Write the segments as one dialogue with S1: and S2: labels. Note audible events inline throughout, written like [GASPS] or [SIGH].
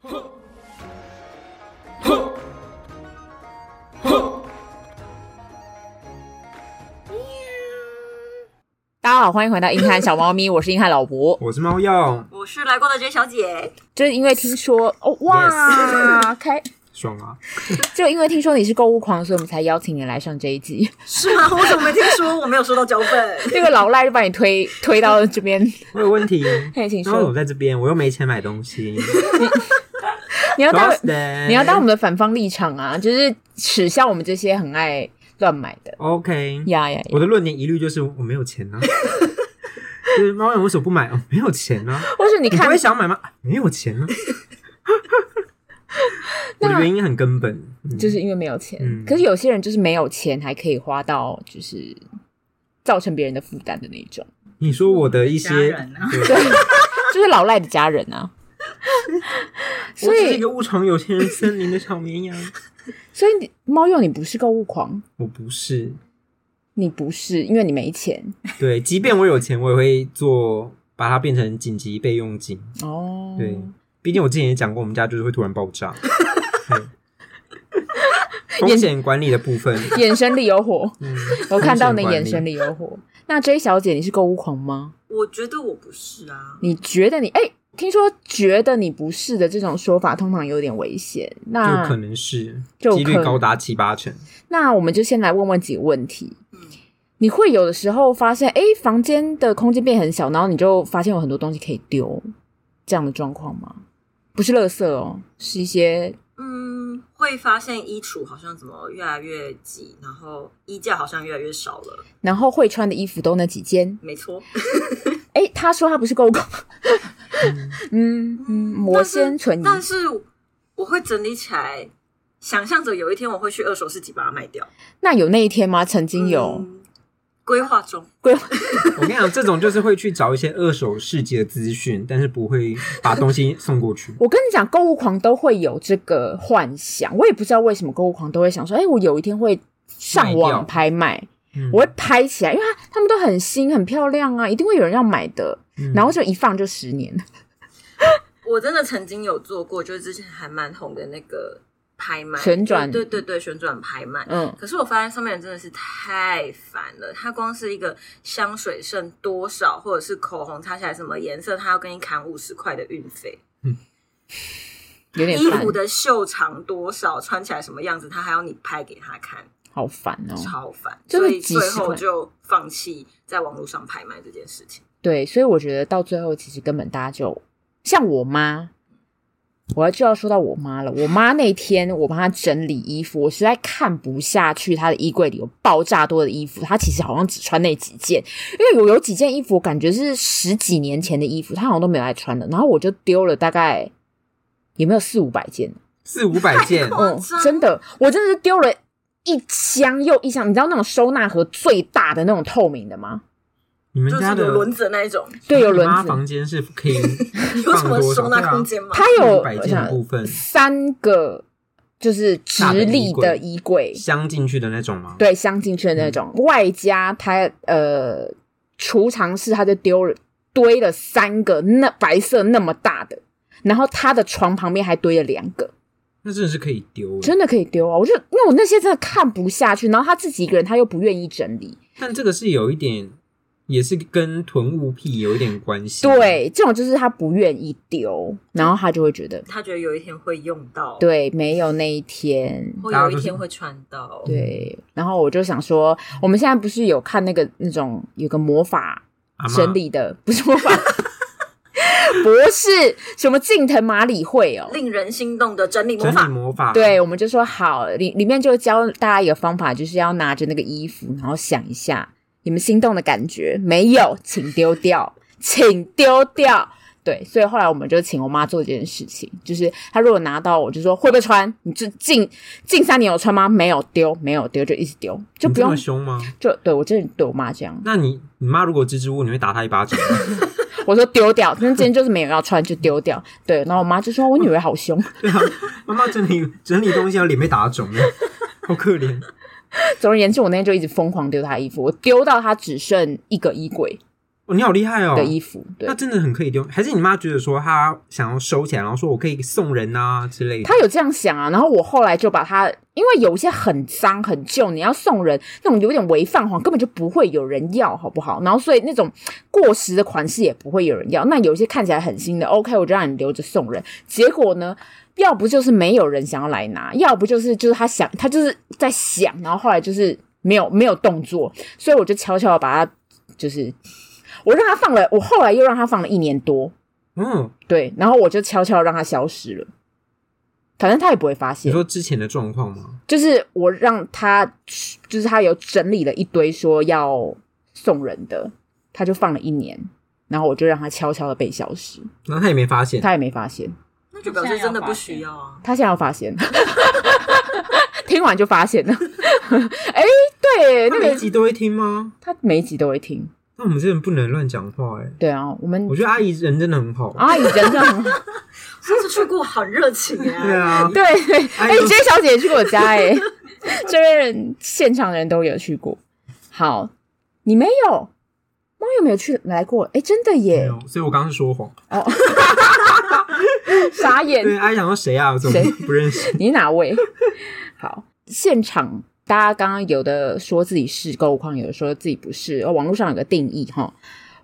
S1: 哼，哼，哼，
S2: 大家好，欢迎回到硬汉小猫咪， [LAUGHS] 我是硬汉老伯。
S3: 我是猫药，
S4: 我是来过的 J 小姐，
S2: 就是因为听说哦， [LAUGHS] 哇，开，
S3: 爽啊！
S2: 就因为听说你是购物狂，所以我们才邀请你来上这一集。 [LAUGHS]
S4: 是吗？我怎么没听说？我没有收到脚本。
S2: 这个老赖就把你推推到这边，哦
S3: 我有问题，
S2: [LAUGHS] 嘿，请
S3: 然后我
S2: 说，
S3: 在这边，我又没钱买东西，
S2: 你要哎当你
S3: 你
S2: 要当我们的反方立场啊，就是耻笑我们这些很爱乱买的。
S3: OK？
S2: 呀呀，
S3: 我
S2: 呀
S3: 的论点一律就是我没有钱
S2: [LAUGHS]
S3: 啊，就是猫眼为什么不买？哦，没有钱啊！
S2: 或是你
S3: 你不
S2: 看
S3: 会想买吗？啊没有钱啊！
S2: [LAUGHS]
S3: 我
S2: 那
S3: 的原因很根本，嗯
S2: 就是因为没有钱。
S3: 嗯
S2: 可是有些人就是没有钱，还可以花到就是造成别人的负担的那 [LAUGHS] 种，
S3: 你说我的一些，
S4: 家人啊
S3: 对
S2: 就是老赖的家人 [LAUGHS] 啊。[LAUGHS]
S3: 我
S2: 所
S3: 只是一
S2: 以，
S3: 个误闯有钱人森林的小
S2: [LAUGHS]
S3: 绵羊，
S2: 所以你猫鼬你不是购物狂，
S3: 我不是。
S2: 你不是，因为你没钱
S3: 对，即便我有钱，我也会做把它变成紧急备用金。
S2: 哦。
S3: 对，毕竟我之前也讲过，我们家就是会突然爆炸。嗯风险管理的部分，
S2: 眼神里有
S3: [LAUGHS]
S2: 火，
S3: 嗯，
S2: 我看到你眼神
S3: 风管理，
S2: 里有火。那 J 小姐，你是购物狂吗？
S4: [LAUGHS] 我觉得我不是啊，
S2: 你觉得你哎、听说觉得你不是的这种说法，通常有点危险。
S3: 就可
S2: 那
S3: 能是
S2: 啊就
S3: 几率
S2: 可能
S3: 高达七八成。
S2: 那我们就先来问问几个问题。
S4: 嗯，
S2: 你会有的时候发现，哎、房间的空间变很小，然后你就发现有很多东西可以丢，这样的状况吗？不是垃圾哦，是一些
S4: 嗯，会发现衣橱好像怎么越来越挤，然后衣架好像越来越少了。
S2: 然后会穿的衣服都那几件。
S4: 没错，
S2: 哎、他说他不是购物狂， [LAUGHS] 嗯嗯，我
S4: 但是
S2: 先存疑。
S4: 但是我会整理起来，想象着有一天我会去二手市集把它卖掉。
S2: 那有那一天吗？曾经有
S4: 嗯规划中，
S2: 规划、。
S3: 我跟你讲，这种就是会去找一些二手世界的资讯，但是不会把东西送过去
S2: 我跟你讲，购物狂都会有这个幻想，我也不知道为什么购物狂都会想说，哎、我有一天会上
S3: 卖
S2: 网
S3: 掉
S2: 拍卖，
S3: 嗯
S2: 我会拍起来，因为它它们都很新、很漂亮啊，一定会有人要买的。
S3: 嗯
S2: 然后就一放就十年，
S4: 我真的曾经有做过，就是之前还蛮红的那个拍卖
S2: 旋转
S4: 对对对对，旋转拍卖。
S2: 嗯，
S4: 可是我发现上面人真的是太烦了，他光是一个香水剩多少，或者是口红擦起来什么颜色，他要跟你砍五十块的运费；
S2: 有点
S4: 衣
S2: 烦
S4: 服，的袖长多少，穿起来什么样子，他还要你拍给他看，
S2: 好烦哦。
S4: 超烦。
S2: 真的
S4: 所以
S2: 几十
S4: 最后
S2: 块
S4: 就放弃在网络上拍卖这件事情。
S2: 对，所以我觉得到最后，其实根本大家就像我妈，我要就要说到我妈了。我妈那天我帮她整理衣服，我实在看不下去，她的衣柜里有爆炸多的衣服。她其实好像只穿那几件，因为有有几件衣服，我感觉是十几年前的衣服，她好像都没有来穿的。然后我就丢了大概有没有四五百件，
S3: 四五百件，
S4: 夸
S2: 嗯
S4: 张，
S2: 真的，我真的是丢了一箱又一箱，你知道那种收纳盒最大的那种透明的吗？
S3: 你们
S4: 就是
S3: 家的
S4: 有轮子的那一种，
S2: 对， [LAUGHS] 有
S3: 你
S2: 轮
S3: 妈
S2: 子。
S3: 房间是可以
S4: 有什
S3: 放
S4: 么
S3: 多少
S4: 收纳空
S3: 对啊
S4: 间吗？
S2: 它有
S3: 百
S2: 我
S3: 件的
S2: 想
S3: 部分
S2: 三个就是直立的衣柜，嗯
S3: 镶进去的那种吗？，
S2: 对，镶进去的那种，外加它呃储藏室，它就丢了堆了三个那白色那么大的，然后他的床旁边还堆了两个，
S3: 那真的是可以丢。
S2: 真的可以丢啊！我就因为我那些真的看不下去，然后他自己一个人他又不愿意整理，
S3: 但这个是有一点，也是跟囤物癖有一点关系。，
S2: 对，这种就是他不愿意丢，然后他就会觉得
S4: 他觉得有一天会用到，，
S2: 对，没有那一天，
S4: 或
S3: 大家
S4: 有
S3: 都
S4: 一
S3: 是
S4: 天会穿
S2: 嗯
S4: 到，
S2: 对，然后我就想说，我们现在不是有看那个那种有个魔法
S3: 阿嬷
S2: 整理的，不是魔 [LAUGHS] 法，不是什么近藤麻里惠哦。
S4: 令人心动的整理魔
S3: 整理
S4: 法。
S3: 魔法，
S2: 对，我们就说好，里里面就教大家一个方法，就是要拿着那个衣服，然后想一下你们心动的感觉，没有，请丢掉，请丢掉。对，所以后来我们就请我妈做这件事情，就是她如果拿到，我就说会不会穿？你这近近三年有穿吗？没有丢，没有丢，就一直丢，就
S3: 你
S2: 不
S3: 这
S2: 用
S3: 么凶吗？
S2: 就对我真的对我妈这样，
S3: 那你你妈如果支支吾吾，你会打她一巴掌吗？ [LAUGHS]
S2: 我说丢掉，但今天就是没有要穿就丢掉。对，然后我妈就说我女儿好凶， [LAUGHS]
S3: 对啊，妈妈整理整理东西，要脸被打肿了，好可怜。
S2: 总而言之，我那天就一直疯狂丢她衣服，我丢到她只剩一个衣柜，
S3: 哦，你好厉害哦！
S2: 的衣服，对
S3: 那，真的很可以丢，还是你妈觉得说她想要收起来，然后说我可以送人啊之类的
S2: 他？有这样想啊，然后我后来就把它，因为有一些很脏很旧，你要送人那种有点违泛黄，根本就不会有人要，好不好？然后所以那种过时的款式也不会有人要。那有一些看起来很新的，OK，我就让你留着送人。结果呢，要不就是没有人想要来拿，要不就是就是他想他就是在想，然后后来就是没有没有动作，所以我就悄悄地把它就是我让它放了，我后来又让它放了一年多，
S3: 嗯，
S2: 对，然后我就悄悄地让它消失了，反正它也不会发
S3: 你
S2: 现。
S3: 说之前的状况吗？
S2: 就是我让他去，就是他有整理了一堆说要送人的，他就放了一年，然后我就让他悄悄的被消失，
S3: 然后她也没发现，
S2: 他也没发现，
S4: 那就表示真的不需要啊。
S2: 他现在要发现， [LAUGHS] 听完就发现了。 [LAUGHS] 哎、对，
S3: 她
S2: 那
S3: 每一
S2: 个
S3: 集都会听吗？
S2: 他每一集都会听，
S3: 那我们真的不能乱讲话哎、
S2: 对啊，我们
S3: 我觉得阿姨人真的很好，
S2: 阿姨人真的很好，
S4: 上次去过很热
S3: [LAUGHS]
S4: 情
S3: 对
S4: 啊，
S3: 啊，
S2: 对对，
S3: 阿
S2: 哎、
S3: 姨都
S2: j 小姐也去过我家哎、这边人现场人都有去过。好，你没有，猫有没有去来过？哎、真的
S3: 没
S2: 耶，
S3: 有，所以我刚刚是说谎。
S2: 哦，傻眼，
S3: 对，阿姨想说谁啊？我怎么
S2: 谁
S3: 不认识？
S2: 你哪位？好，现场大家刚刚有的说自己是购物狂，有的说自己不是。呃网络上有个定义哈，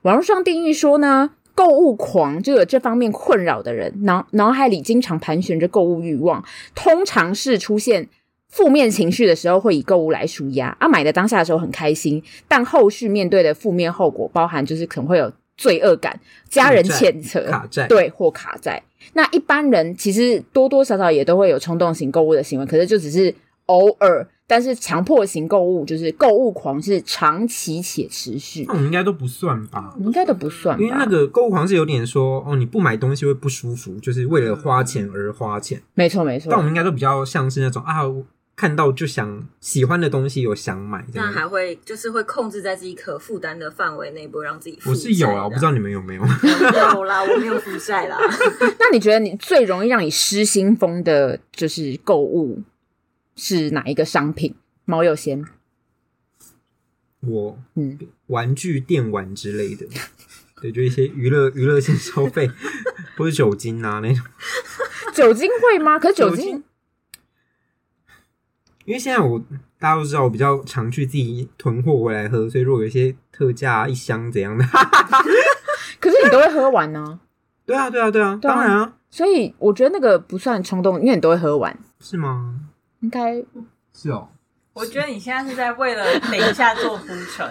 S2: 网络上定义说呢，购物狂就有这方面困扰的人，脑脑海里经常盘旋着购物欲望，通常是出现。负面情绪的时候会以购物来舒压，啊，买的当下的时候很开心，但后续面对的负面后果包含就是可能会有罪恶感、家人牵
S3: 欠
S2: 扯、
S3: 卡债，
S2: [LAUGHS] 对，或卡债。那一般人其实多多少少也都会有冲动型购物的行为，可是就只是偶尔。但是强迫型购物就是购物狂是长期且持续
S3: 那，我们应该都不算吧？
S2: 应该都不算
S3: 哦因为那
S2: 吧？
S3: 个购物狂是有点说，哦，你不买东西会不舒服，就是为了花钱而花钱。
S2: 没错，没错
S3: 但我。们应该都比较像是那种啊，我看到就想喜欢的东西，有想买这
S4: 那
S3: 样。
S4: 还会就是会控制在自己可负担的范围内，不会让自己负
S3: 我是有
S4: 债
S3: 啊，我不知道你们有没有。 [LAUGHS]
S4: 的有啦，我没有负债啦。
S2: 那你觉得你最容易让你失心疯的，就是购物是哪一个商品？猫有先，
S3: 我 [LAUGHS]
S2: 嗯，
S3: 玩具、电玩之类的，对，就一些娱乐娱乐性消费，或者酒精啊那种。
S2: 酒精会吗？可是酒
S3: 酒
S2: 精
S3: 精因为现在我大家都知道，我比较常去自己囤货回来喝，所以如果有一些特价啊一箱怎样的， [LAUGHS]
S2: 可是你都会喝完呢、
S3: 对啊，对啊，对啊，
S2: 对啊
S3: 当然啊，
S2: 所以我觉得那个不算冲动，因为你都会喝完，
S3: 是吗？
S2: 应该
S3: 是哦，
S1: [LAUGHS] 我觉得你现在是在为了等一下做铺
S3: [LAUGHS]
S1: 陈，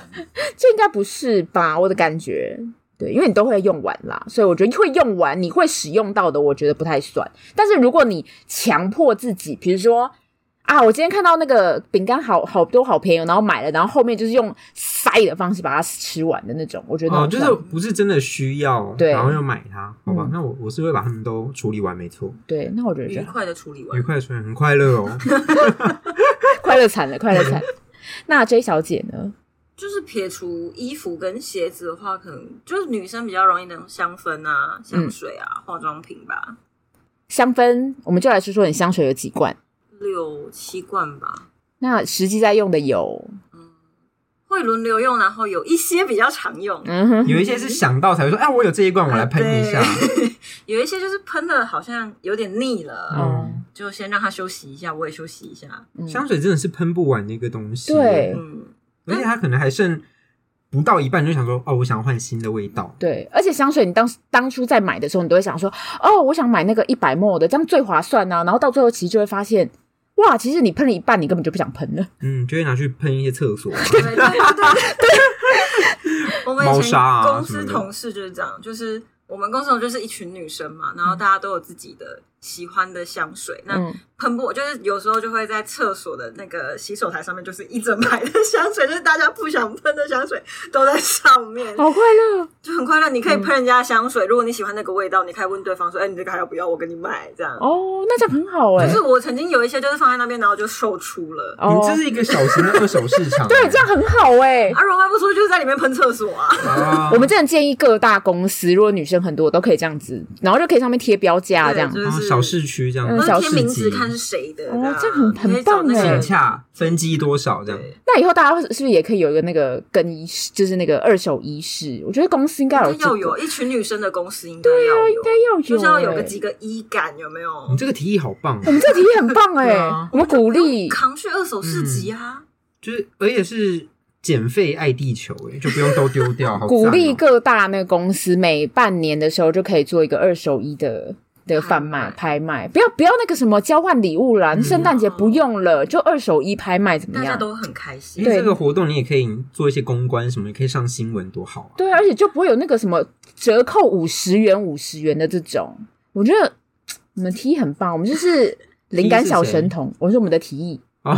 S2: 这应该不是吧？我的感觉，对，因为你都会用完啦，所以我觉得会用完，你会使用到的，我觉得不太算。但是如果你强迫自己，比如说啊，我今天看到那个饼干好好多好便宜哦，然后买了，然后后面就是用塞的方式把它吃完的那种，我觉得那
S3: 哦，
S2: 种
S3: 就
S2: 算、
S3: 是不是真的需要，
S2: 对
S3: 然后又买它，好吧
S2: 嗯？
S3: 那我我是会把它们都处理完，没错，
S2: 对，那我觉得
S4: 愉
S2: 是
S4: 快的处理完
S3: 愉，快的出来，很快乐哦。 [LAUGHS]
S2: 快乐惨了，快乐惨。那 J 小姐呢？
S4: 就是撇除衣服跟鞋子的话，可能就是女生比较容易能香氛啊、
S3: 嗯
S4: 香水啊、化妆品吧，
S2: 香氛，我们就来说说你香水有几罐。
S4: 六七罐吧，
S2: 那实际在用的有，
S4: 会轮流用，然后有一些比较常用，
S2: 嗯哼，
S3: 有一些是想到才会说，哎，我有这一罐，我来喷一下。
S2: 啊
S4: 对 [LAUGHS] 有一些就是喷的好像有点腻了，
S2: 哦
S3: 嗯 [LAUGHS]
S4: 就先让它休息一下，我也休息一下。
S2: 嗯
S3: 香水真的是喷不完的一个东西，
S2: 对
S4: 嗯，
S3: 而且它可能还剩不到一半，你就想说，哦，我想要换新的味道。
S2: 对，而且香水你当当初在买的时候，你都会想说，哦，我想买那个一百 ml 的，这样最划算啊呐、然后到最后其实就会发现，哇，其实你喷了一半，你根本就不想喷了。
S3: 嗯，就会拿去喷一些厕所。啊
S4: 对对对对对，我们
S3: 猫
S4: 以
S3: 砂
S4: 前
S3: 啊
S4: 公
S3: 什
S4: 司
S3: 么的
S4: 同事就是这样，就是我们公司同事就是一群女生嘛，然后大家都有自己的喜欢的香水，那
S2: 嗯，
S4: 喷不，就是有时候就会在厕所的那个洗手台上面，就是一整排的香水，就是大家不想喷的香水都在上面，
S2: 好快乐。
S4: 就很快乐。你可以喷人家的香水，如果你喜欢那个味道，你可以问对方说：“哎、你这个还要不要？我给你买。”这样。
S2: 哦，那这样很好哎、
S4: 就是我曾经有一些就是放在那边，然后就售出了。
S2: [LAUGHS] 哦
S3: 你，这是一个小型的二手市
S2: [LAUGHS]
S3: 场。欸
S2: 对，这样很好哎、
S4: 啊，如果卖不出去，就是在里面喷厕所啊。
S3: 啊
S2: 我们真的建议各大公司，如果女生很多，都可以这样子，然后就可以上面贴标价这样
S4: 对。就
S3: 然后
S4: 是
S3: 小市区这样
S2: 嗯，
S4: 或
S2: 小
S4: 者
S2: 市
S4: 贴
S2: 集
S4: 名字看是谁的
S2: 哦
S4: 啊，
S2: 这很很
S4: 你可以找那
S2: 棒
S4: 些
S2: 哎
S3: 请
S4: 人
S3: 洽分机多少这样？
S4: 对
S2: 那以后大家是不是也可以有一个那个更衣室，就是那个二手衣室？我觉得公司应该有、
S4: 应
S2: 这
S4: 该要
S2: 个，
S4: 有一群女生的公司应该
S2: 对
S4: 要
S2: 啊，应
S4: 有
S2: 该，要有、欸，
S4: 就是要有个几个一感，有没有
S3: 你？这个提议好棒哦，
S2: 我们这题很棒
S4: [LAUGHS]
S2: 哎、
S3: 对啊
S2: 我们鼓励
S4: 扛去二手市集啊，
S3: 就是而且是减费爱地球哎，就不用都丢掉，好赞哦
S2: 鼓励各大那个公司每半年的时候就可以做一个二手衣的的贩卖拍卖，不要不要那个什么交换礼物啦，
S3: 嗯
S2: 圣诞节不用了，就二手衣拍卖怎么
S4: 大家
S2: 样？
S4: 都很开
S3: 因
S4: 心。
S3: 为
S2: 对
S3: 这个活动你也可以做一些公关什么，也可以上新闻，多好啊！
S2: 对啊，而且就不会有那个什么折扣五十元、五十元的这种。我觉得嗯我们提议很棒，我们就是灵感小神童，我是我们的提议。
S3: 哦，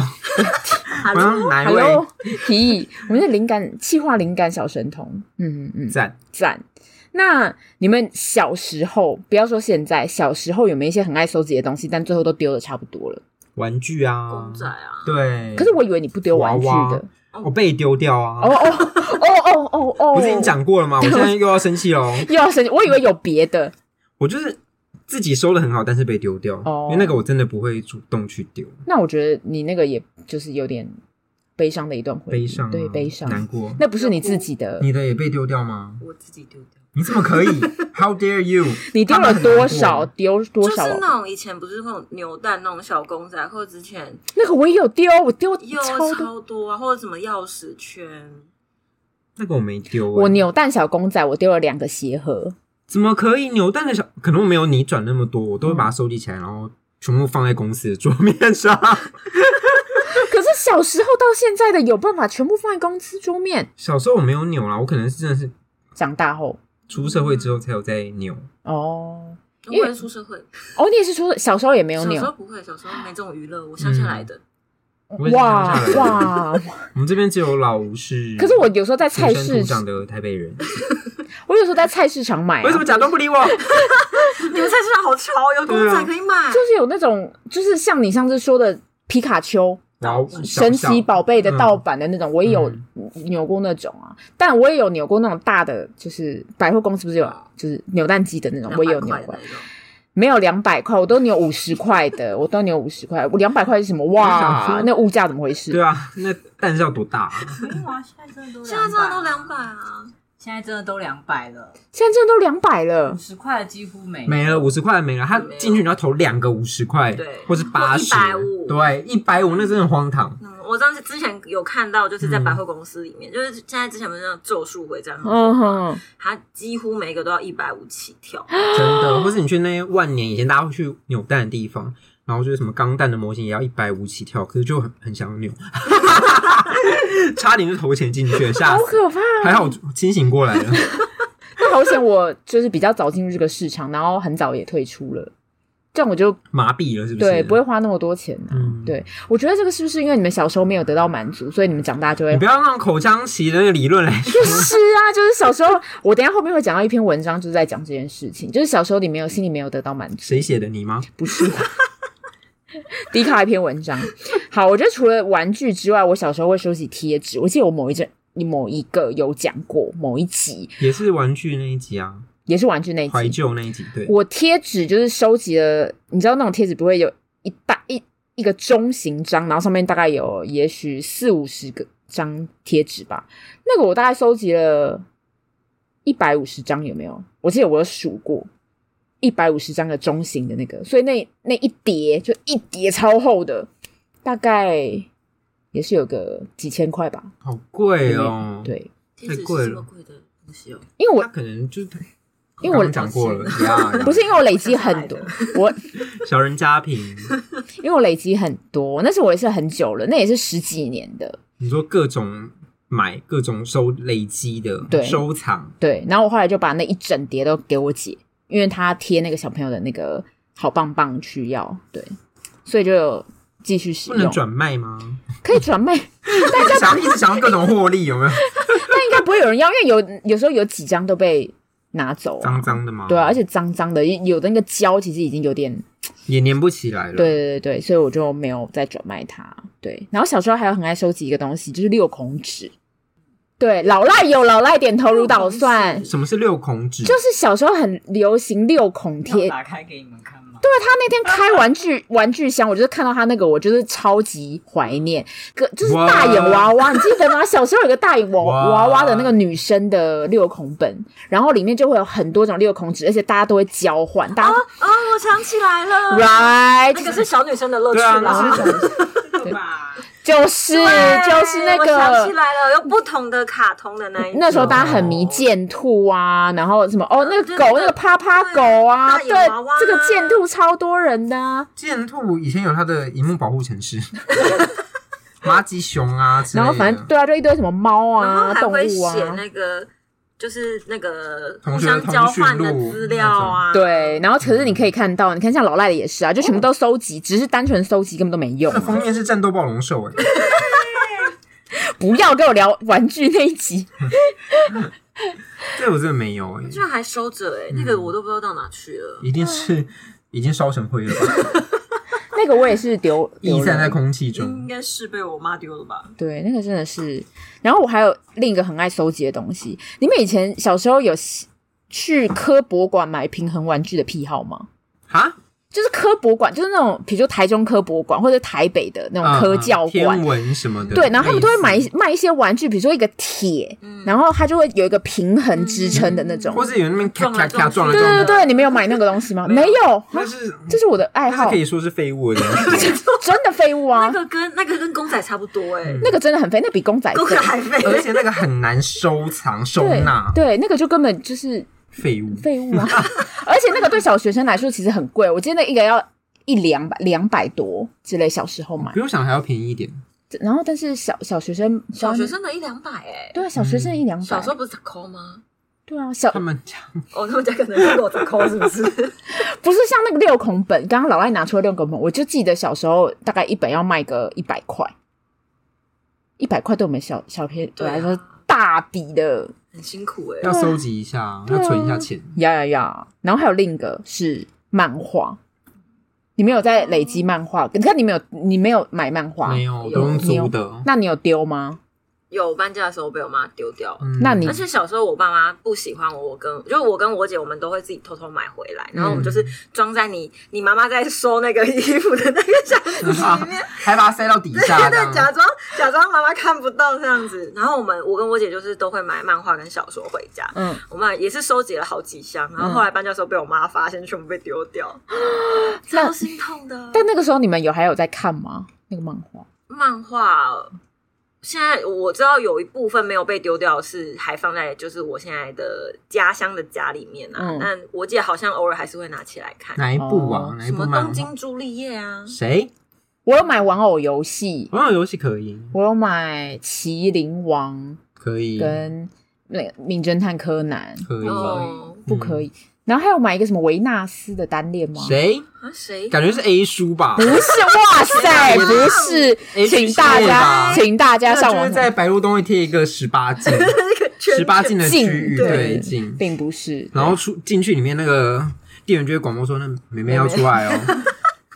S3: 我
S2: 啊
S3: 要哪一位
S2: Hello，提议，我们是灵感气化灵感小神童。嗯嗯嗯，
S3: 赞？
S2: 赞。那你们小时候，不要说现在，小时候有没有一些很爱收集的东西，但最后都丢的差不多了？
S3: 玩具啊，
S4: 公仔啊，
S3: 对，
S2: 可是我以为你不丢玩具
S3: 娃娃
S2: 的。
S3: 我被丢掉啊！
S2: 哦哦哦哦哦哦！
S3: 不是已经讲过了吗？我现在又要生气喽！
S2: 又要生气，我以为有别的。
S3: 我就是自己收的很好，但是被丢掉，
S2: 哦
S3: 因为那个我真的不会主动去丢，
S2: 那我觉得你那个也就是有点悲伤的一段回忆，
S3: 悲伤、啊，
S2: 对悲伤，
S3: 难过。
S2: 那不是你自己的，
S3: 你的也被丢掉吗？
S4: 我自己丢掉。
S3: 你怎么
S2: [LAUGHS]
S3: 可以？How dare you！
S2: 你丢了多少？
S3: 他们很难过？
S2: 丢多哦少？
S4: 就是那种以前不是那种扭蛋那种小公仔，或者之前
S2: 那个我也有丢，我丢
S4: 有
S2: 超多。
S4: 超多啊，或者什么钥匙圈，
S3: 那个我没丢、欸，
S2: 我扭蛋小公仔，我丢了两个鞋盒。
S3: 怎么可以扭蛋的小？可能我没有你转那么多，我都会把它收集起来，然后全部放在公司的桌面
S2: [LAUGHS]
S3: 上。
S2: 可是小时候到现在的有办法全部放在公司桌面，
S3: 小时候我没有扭啦，我可能是真的是
S2: 长大后
S3: 出社会之后才有在扭。
S2: 哦
S4: 我
S2: 因为
S4: 也出社会，
S2: 哦，你也是说小时候也没有
S4: 小时候
S2: 扭
S4: 不会，小时候没这种娱乐，我乡下来的。
S3: 我也是
S2: 哇
S3: 乡下来的
S2: 哇！ [LAUGHS]
S3: 我们这边只有老吴是，
S2: 可是我有时候在菜
S3: 土生
S2: 市哎
S3: 土，长的台北人，
S2: 我有时候在菜市场买、啊，
S3: 为什么
S2: 就
S3: 假装
S2: [LAUGHS]
S3: 不理我？
S4: 你们菜市场好潮，有公
S3: 对啊
S4: 仔可以买。
S2: 是有那种就是像你上次说的皮卡丘。
S3: 然后
S2: 神奇宝贝的盗
S3: 盗
S2: 版的那种，我也有
S3: 嗯
S2: 扭过那种啊，但我也有扭过那种大的，就是百货公司不是有
S3: 啊
S2: 就是扭蛋机的那种，我也有
S4: 200
S2: 扭
S4: 块的
S2: 过
S4: 那，种，
S2: 没有两百块，我都扭五十块
S3: [LAUGHS]
S2: 的，我都扭五十块，我两百块是什么？
S3: 我想
S2: 哇
S3: 说，
S2: 那物价怎么回事？
S3: 对啊，那蛋是要多大、啊？
S1: 没有啊，现在真的都
S4: 现在真的都两
S1: 200
S4: 百
S1: 啊，
S4: 啊，
S1: 现在真的都两百了，
S2: 现在真的都两百了
S1: 五，十块的几乎没
S3: 没了五十块没了，他
S4: 没有
S3: 进去你要投两个五十块，
S4: 对
S3: 或是八十，
S4: 150
S3: 对，一百五那真的荒唐。
S4: 嗯，我当时之前有看到，就是在百货公司里
S3: 嗯
S4: 面，就是现在之前不是那种咒术回战，
S2: 嗯哼，
S4: 它几乎每个都要一百五起跳，
S3: 真的，或是你去那些万年以前大家会去扭蛋的地方，然后就是什么钢弹的模型也要一百五起跳，可是就很很想扭， [LAUGHS] 差点就投钱进去了，吓
S2: 好
S3: 死！
S2: 可怕！啊
S3: 还好我清醒过来了，
S2: 那好险，我就是比较早进入这个市场，然后很早也退出了，这样我就
S3: 麻痹了是不是？
S2: 对不会。花那么多钱啊。
S3: 嗯
S2: 对，我觉得这个是不是因为你们小时候没有得到满足，所以你们长大就会
S3: 你不要让口腔期的那个理论来 [LAUGHS] 说
S2: [LAUGHS] 就，是啊，就是小时候，我等一下后面会讲到一篇文章，就是在讲这件事情，就是小时候你没有心里没有得到满足，
S3: 谁写的你吗？
S2: 不是。迪卡一篇文章，好，我觉得除了玩具之外，我小时候会收集贴纸。我记得我某一阵、某一个有讲过某一集，
S3: 也是玩具那一集啊，
S2: 也是玩具那一
S3: 怀
S2: 集。
S3: 旧那一集，对，
S2: 我贴纸就是收集了，你知道那种贴纸不会有一大一一个中型张，然后上面大概有也许四五十个张贴纸吧。那个我大概收集了一百五十张，有没有？我记得我有数过一百五十张的中型的那个，所以那那一叠就一叠超厚的，大概也是有个几千块吧。
S3: 好贵哦。，
S2: 对，
S4: 贴纸是
S3: 贵了
S4: 这么贵的东西哦。
S2: 因为我
S3: 他可能就是
S2: 因为我
S3: 刚刚讲过
S2: [LAUGHS]
S3: 了，呀
S2: 不是因为我累积很多
S1: 我，
S2: [LAUGHS] 我
S3: 小人家
S2: [LAUGHS]
S3: 贫，
S2: 因为我累积很多，那是我也是很久了，那也是十几年的。
S3: 你说各种买、各种收累积的
S2: 对
S3: 收藏，
S2: 对，然后我后来就把那一整叠都给我姐，因为她贴那个小朋友的那个好棒棒去要，对，所以就继续使
S3: 不能
S2: 用，
S3: 转卖吗？
S2: 可以转卖， [LAUGHS]
S3: 想要一直想要各种获利，有
S2: 啊
S3: 没有？
S2: 但应该不会有人要，因为有有时候有几张都被拿走、
S3: 脏，脏的吗？
S2: 对啊，而且脏脏的，有的那个胶其实已经有点，
S3: 也粘不起来了。
S2: 对，对对对，所以我就没有再转卖它。对，然后小时候还有很爱收集一个东西，就是六孔纸。对，老赖有老赖点头如捣蒜，嗯
S3: 什么是六孔纸？
S2: 就是小时候很流行六孔
S1: 要
S2: 贴，
S1: 打开给你们看吗？
S2: 他那天开玩具玩具箱，我就是看到他那个，我就是超级怀念，个就是
S3: 哇
S2: 大眼娃娃，你记得吗？ [LAUGHS] 小时候有个大眼娃
S3: 哇
S2: 娃娃的那个女生的六孔本，然后里面就会有很多种六孔纸，而且大家都会交换，大家、
S4: 哦，我想起来了
S2: right
S4: 那个是小女生的乐趣
S3: 对啊，
S4: 啦。
S3: 那是什么
S1: 这个吧，
S2: 就是就是那
S4: 我想起
S2: 个。
S4: 来了，有不同的卡通的那一
S2: 那时候
S4: 种
S2: 大家很迷剑兔啊，然后什么哦，那个
S4: 对
S2: 狗
S4: 那个
S2: 那个趴趴狗啊，
S4: 对
S2: 对
S4: 大眼娃娃啊，
S2: 这个剑兔超多人的啊，
S3: 剑兔以前有它的荧幕保护城市， [LAUGHS] 麻吉熊啊之类
S2: 然
S3: 的，
S2: 后反正对啊，就一堆什么猫
S4: 然后
S2: 啊、
S4: 还
S2: 动
S4: 会
S2: 物
S4: 写
S2: 啊，
S4: 那个。就是那个
S3: 同
S4: 互
S3: 学的
S4: 相交换的
S3: 通讯录
S4: 资料啊，
S2: 对，然后可是你可以看到，你看像老赖的也是
S4: 哦
S2: 啊，就全部都收集，只是单纯收集根本都没用
S4: [LAUGHS]
S3: 它。的封面是战斗暴龙兽哎，
S2: 不要跟我聊玩具那一集，
S3: 这我真的没有哎，
S4: 居然还收着哎、欸，那个我都不知道到哪去了。
S3: 一定是已经烧成灰了
S2: [LAUGHS]
S3: 吧，
S2: 那个我也是
S4: [LAUGHS]
S2: 丢
S3: 逸
S2: 丢
S3: 散在
S2: 了。
S3: 空气
S1: 应
S4: 嗯
S2: 嗯
S3: 中。
S1: 该是被我妈丢了吧？
S2: 对，那个真的是。然后我还有另一个很爱收集的东西，你们以前小时候有去科博馆买平衡玩具的癖好吗？
S3: 哈，
S2: 就是科博馆，就是那种，比如说台中科博馆或者台北的那种科教
S3: 嗯天
S2: 馆，
S3: 文什么的，
S2: 对，然后他们都会买
S3: 类
S2: 一
S3: 似，
S2: 卖一些玩具，比如说一个铁，
S4: 嗯
S2: 然后它就会有一个平衡支撑的那种。
S3: 或是有那边咔
S4: 撞
S3: 咔
S4: 来
S3: 咔撞
S4: 撞
S3: 来
S4: 去
S2: 对
S3: 撞
S2: 对
S3: 去，
S2: 对，你没有买那个东西吗？没有，
S3: 那是
S2: 这是我的爱
S3: 那是
S2: 好
S3: 可，以说是废物的东西。
S2: 真的废物
S4: 那
S2: 啊！
S4: 个跟那个跟公仔差不多哎、欸，
S2: [LAUGHS] 那个真的很废，那比公仔
S4: 公
S2: 废
S4: 仔。还 [LAUGHS] 废。
S3: [LAUGHS] 而且那个很难收藏收
S2: 对
S3: 纳，
S2: 对，那个就根本就是
S3: 废物。
S2: 废物
S3: [LAUGHS]
S2: 啊！而且那个对小学生来说其实很贵，我记得那一个要一两百两百多之类，小时候买
S3: 不。用想还要便宜一点，
S2: 然后但是小小学生，
S4: 小学生的一两百哎，
S2: 对啊，小学
S3: 嗯
S2: 生一两百
S4: 小时，候不是打 call 吗？
S2: 对啊，小
S3: 他们家
S4: 哦，他们家可能是我打 call 是不是？
S2: 不是像那个六孔本，刚刚老赖拿出了六孔本，我就记得小时候大概一本要卖个一百块，一百块对我们小小朋友
S4: 对啊
S2: 来说大笔的
S4: [LAUGHS] 很辛苦哎、
S3: 要收集一下，
S2: 对啊
S3: 要存一下钱。
S2: 呀呀呀！然后还有另一个是漫画，你们有在累积漫画？你看你没有，你没有买漫画，
S3: 没有，我
S4: 有
S3: 都用租
S2: 你
S3: 的。
S2: 那你啊有丢吗？
S4: 有搬家的时候被我妈丢掉了。
S3: 嗯
S2: 那你
S4: 而且小时候我爸妈不喜欢我，我跟就是我跟我姐，我们都会自己偷偷买回来，然后我们就是装在你你妈妈在收那个衣服的那个箱子里面，
S3: 还把它塞到底下，
S4: 对
S2: [LAUGHS]
S3: 这样
S4: 对，假装假装妈妈看不到这样子。然后我们我跟我姐就是都会买漫画跟小说回家，
S2: 嗯，
S4: 我们也是收集了好几箱，然后后来搬家的时候被我妈发现，全部被丢掉，
S2: 那
S4: 超心痛的。
S2: 但那个时候你们有还有在看吗？那个漫画？
S4: 漫画现在我知道有一部分没有被丢掉，是还放在就是我现在的家乡的家里面啊。
S2: 嗯
S4: 但我姐好像偶尔还是会拿起来看，
S3: 哪一部啊
S2: 哦？
S3: 哪一
S4: 什
S3: 部
S4: 么
S3: 漫
S4: 东
S3: 画？
S4: 京朱丽叶啊，
S3: 谁？
S2: 我有买玩偶游戏，
S3: 玩偶游戏可以，
S2: 我有买《麒麟王
S3: 可》以，
S2: 跟那个《名侦探柯南》，
S3: 可以，
S4: 哦
S2: 不可以。然后还有买一个什么维纳斯的单恋吗？
S3: 谁？
S4: 啊谁？
S3: 感觉是 A 书吧
S2: 不？是，哇
S3: [LAUGHS]
S2: 塞，不是，
S3: H
S2: 请大家，
S3: 系列吧
S2: 请大家
S3: 那
S2: 上
S3: 就
S2: 网
S3: 是在白鹿洞会贴一个十八禁，十八禁的区
S2: 禁
S3: 域，
S4: 对
S3: 对禁。
S2: 并不是。
S3: 然后出进去里面那个店员就会广播说：“那妹妹要出来哦。
S2: [LAUGHS]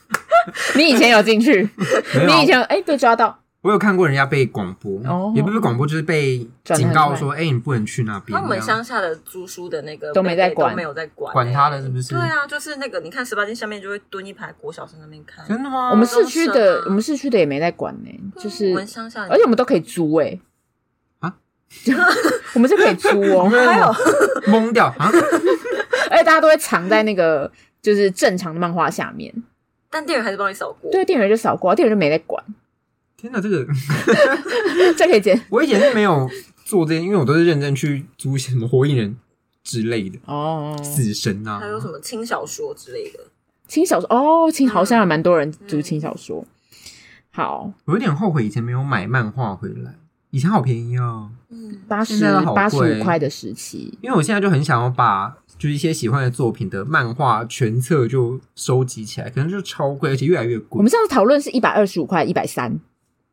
S2: 你以前有进去，
S3: 没有
S2: 你以前有哎被抓到，
S3: 我有看过人家被广播，
S2: 哦
S3: 也不是广播，就是被
S2: 转得
S3: 警
S2: 很
S3: 告
S2: 快
S3: 说：“哎、你不能去那边。”
S4: 那我们
S3: 这样
S4: 乡下的租书的那个
S2: 都没在
S4: 贝贝
S2: 管
S4: 都没有在管、
S3: 管他了是不是
S4: 对啊，就是那个你看十八禁下面就会蹲一排国小生在那边看，
S3: 真的吗？
S2: 我们市区的
S4: 啊嗯
S2: 我们市区的也没在管呢，就
S4: 我
S2: 是
S4: 们啊乡下，
S2: 而且我们都可以租哎
S3: 啊，
S2: [LAUGHS] 我们是可以租
S3: [LAUGHS]
S2: 哦，
S3: 还有懵掉啊！
S2: [LAUGHS] 而且大家都会藏在那个就是正常的漫画下面，
S4: 但店员还是帮你扫过。
S2: 对，店员就扫过，店员就没在管，
S3: 天哪，这个
S2: 这可以剪
S3: 我以前是没有做这些，因为我都是认真去租什么火影忍之类的，
S2: 哦。
S3: 死神啊
S4: 还，有什么轻小说之类的，
S2: 轻小说哦，轻好像还蛮多人读轻小说。好，
S3: 我有点后悔以前没有买漫画回来，以前好便宜哦，
S4: 嗯，
S2: 八
S3: 现
S2: 十
S3: 在都好贵
S2: 八十五块的时期，
S3: 因为我现在就很想要把就是一些喜欢的作品的漫画全册就收集起来，可能就超贵，而且越来越
S2: 我
S3: 贵
S2: 们。上次讨论是一百二十五块、一百三、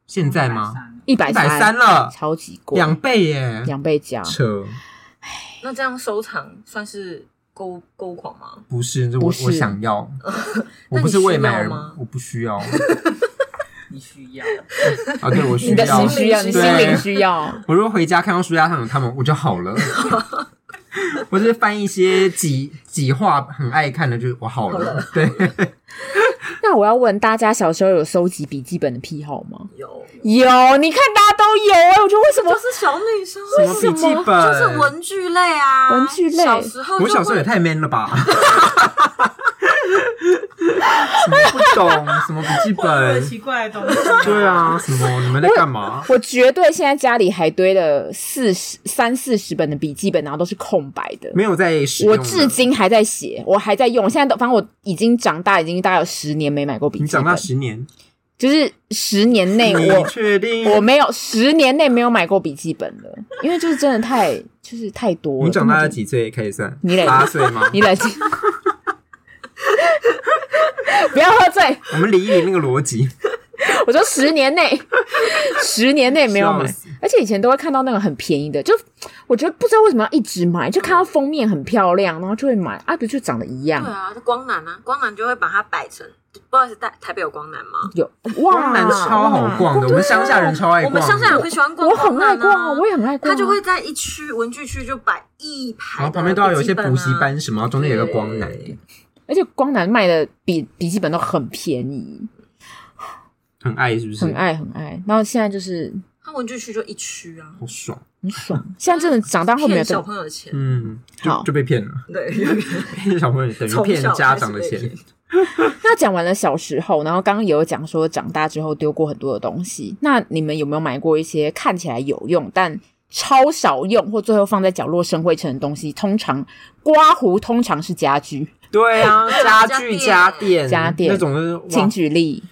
S3: 现在吗？
S1: 130？
S2: 一百
S3: 一百三，了，
S2: 超级贵，
S3: 两倍耶，
S2: 两倍加。
S3: 扯！
S4: 那这样收藏算是购物购物狂吗？
S3: 不是，这我
S2: 不是
S3: 我
S2: [LAUGHS]
S3: 想要，我
S4: 那
S3: 不
S4: 你
S3: 是为买
S4: 需
S3: 而
S4: 要吗
S3: 我不需要啊，
S1: 你需要
S3: 对我需
S2: 你的
S3: 要
S2: 心，需要，你心
S3: 对
S2: 灵需要。
S3: 我如
S2: [LAUGHS]
S3: 果回家看到书架上有他们，我就好了。我就是翻一些几几话很爱看的，就是我好了，对，
S2: 那我要问大家，小时候有收集笔记本的癖好吗？
S4: 有，
S2: 有，你看大家都有哎、我觉得为什么
S4: 就是小女生，
S3: 什么笔记本，
S4: 就是文具类啊，
S2: 文具类
S4: 小时哦候就
S3: 我小时候也
S4: 会
S3: 太 man
S2: [LAUGHS]
S3: 了吧！什么不懂什么笔记
S1: 很
S3: 本？
S1: 奇怪的东西。
S3: 对啊，什么你们在干嘛？
S2: 我绝对现在家里还堆了四十三四十本的笔记本，然后都是空白的。
S3: 没有在使用
S2: 我
S3: 的
S2: 至今还在写，我还在用。现在都，反正我已经长大，已经大概有十年没买过笔
S3: 你
S2: 记
S3: 长
S2: 本
S3: 大，十年，
S2: 就是十年内
S3: 你
S2: 我
S3: 确定？
S2: 我没有十年内没有买过笔记本了，因为就是真的太就是太多了。
S3: 你长大了
S2: 根本就？
S3: 几岁可以算？
S2: 你嘞
S3: 八岁
S2: [LAUGHS]
S3: 吗？
S2: 你冷静，不要喝醉。
S3: 我们理一理那个逻辑，
S2: 我说十年内，十年内没有买
S3: 笑死，
S2: 而且以前都会看到那个很便宜的，就我觉得不知道为什么要一直买，就看到封面很漂亮，然后就会买啊，不就长得一样？
S4: 对啊，就光南啊，光南就会把它摆成，不好意思，台台北有光南吗？
S2: 有哇，
S3: 光南超好逛
S2: 啊
S3: 的，我们乡下人超爱
S4: 我
S3: 逛的。
S4: 们乡下人很喜欢逛
S2: 我很爱
S4: 南
S2: 逛
S4: 啊
S2: 啊，，我也很爱逛、
S4: 他
S2: 啊，
S4: 就会在一区文具区就摆一排的笔记本啊，
S3: 然后旁边都要有一些补习班什么，然后中间有个光南，
S4: 对
S2: 而且光南卖的笔笔记本都很便宜，
S3: 很爱是不是？
S2: 很，爱很爱。然后现在就是
S4: 他文具区就一区啊，
S3: 好爽。
S2: 很
S3: [LAUGHS]
S2: 爽，现在真的长大后没有
S4: 骗
S2: 这
S4: 小
S2: 种
S4: 朋友的钱，
S3: 嗯，
S2: 好
S3: 就就被骗
S4: [LAUGHS]
S3: 了，
S4: 对，
S3: 骗小朋友等于
S4: 从
S3: 骗
S4: 小
S3: 家
S4: 开始
S3: 长的
S4: 被
S3: 钱
S4: 骗。
S2: 那讲完了小时候，然后刚刚也有讲说长大之后丢过很多的东西。那你们有没有买过一些看起来有用但超少用，或最后放在角落生灰尘的东西？通常刮胡通常是家具，
S3: 对啊，家
S4: 家
S3: 具、
S4: 电
S3: 家电、
S2: 家电
S3: 那种就是哇
S2: 请举例。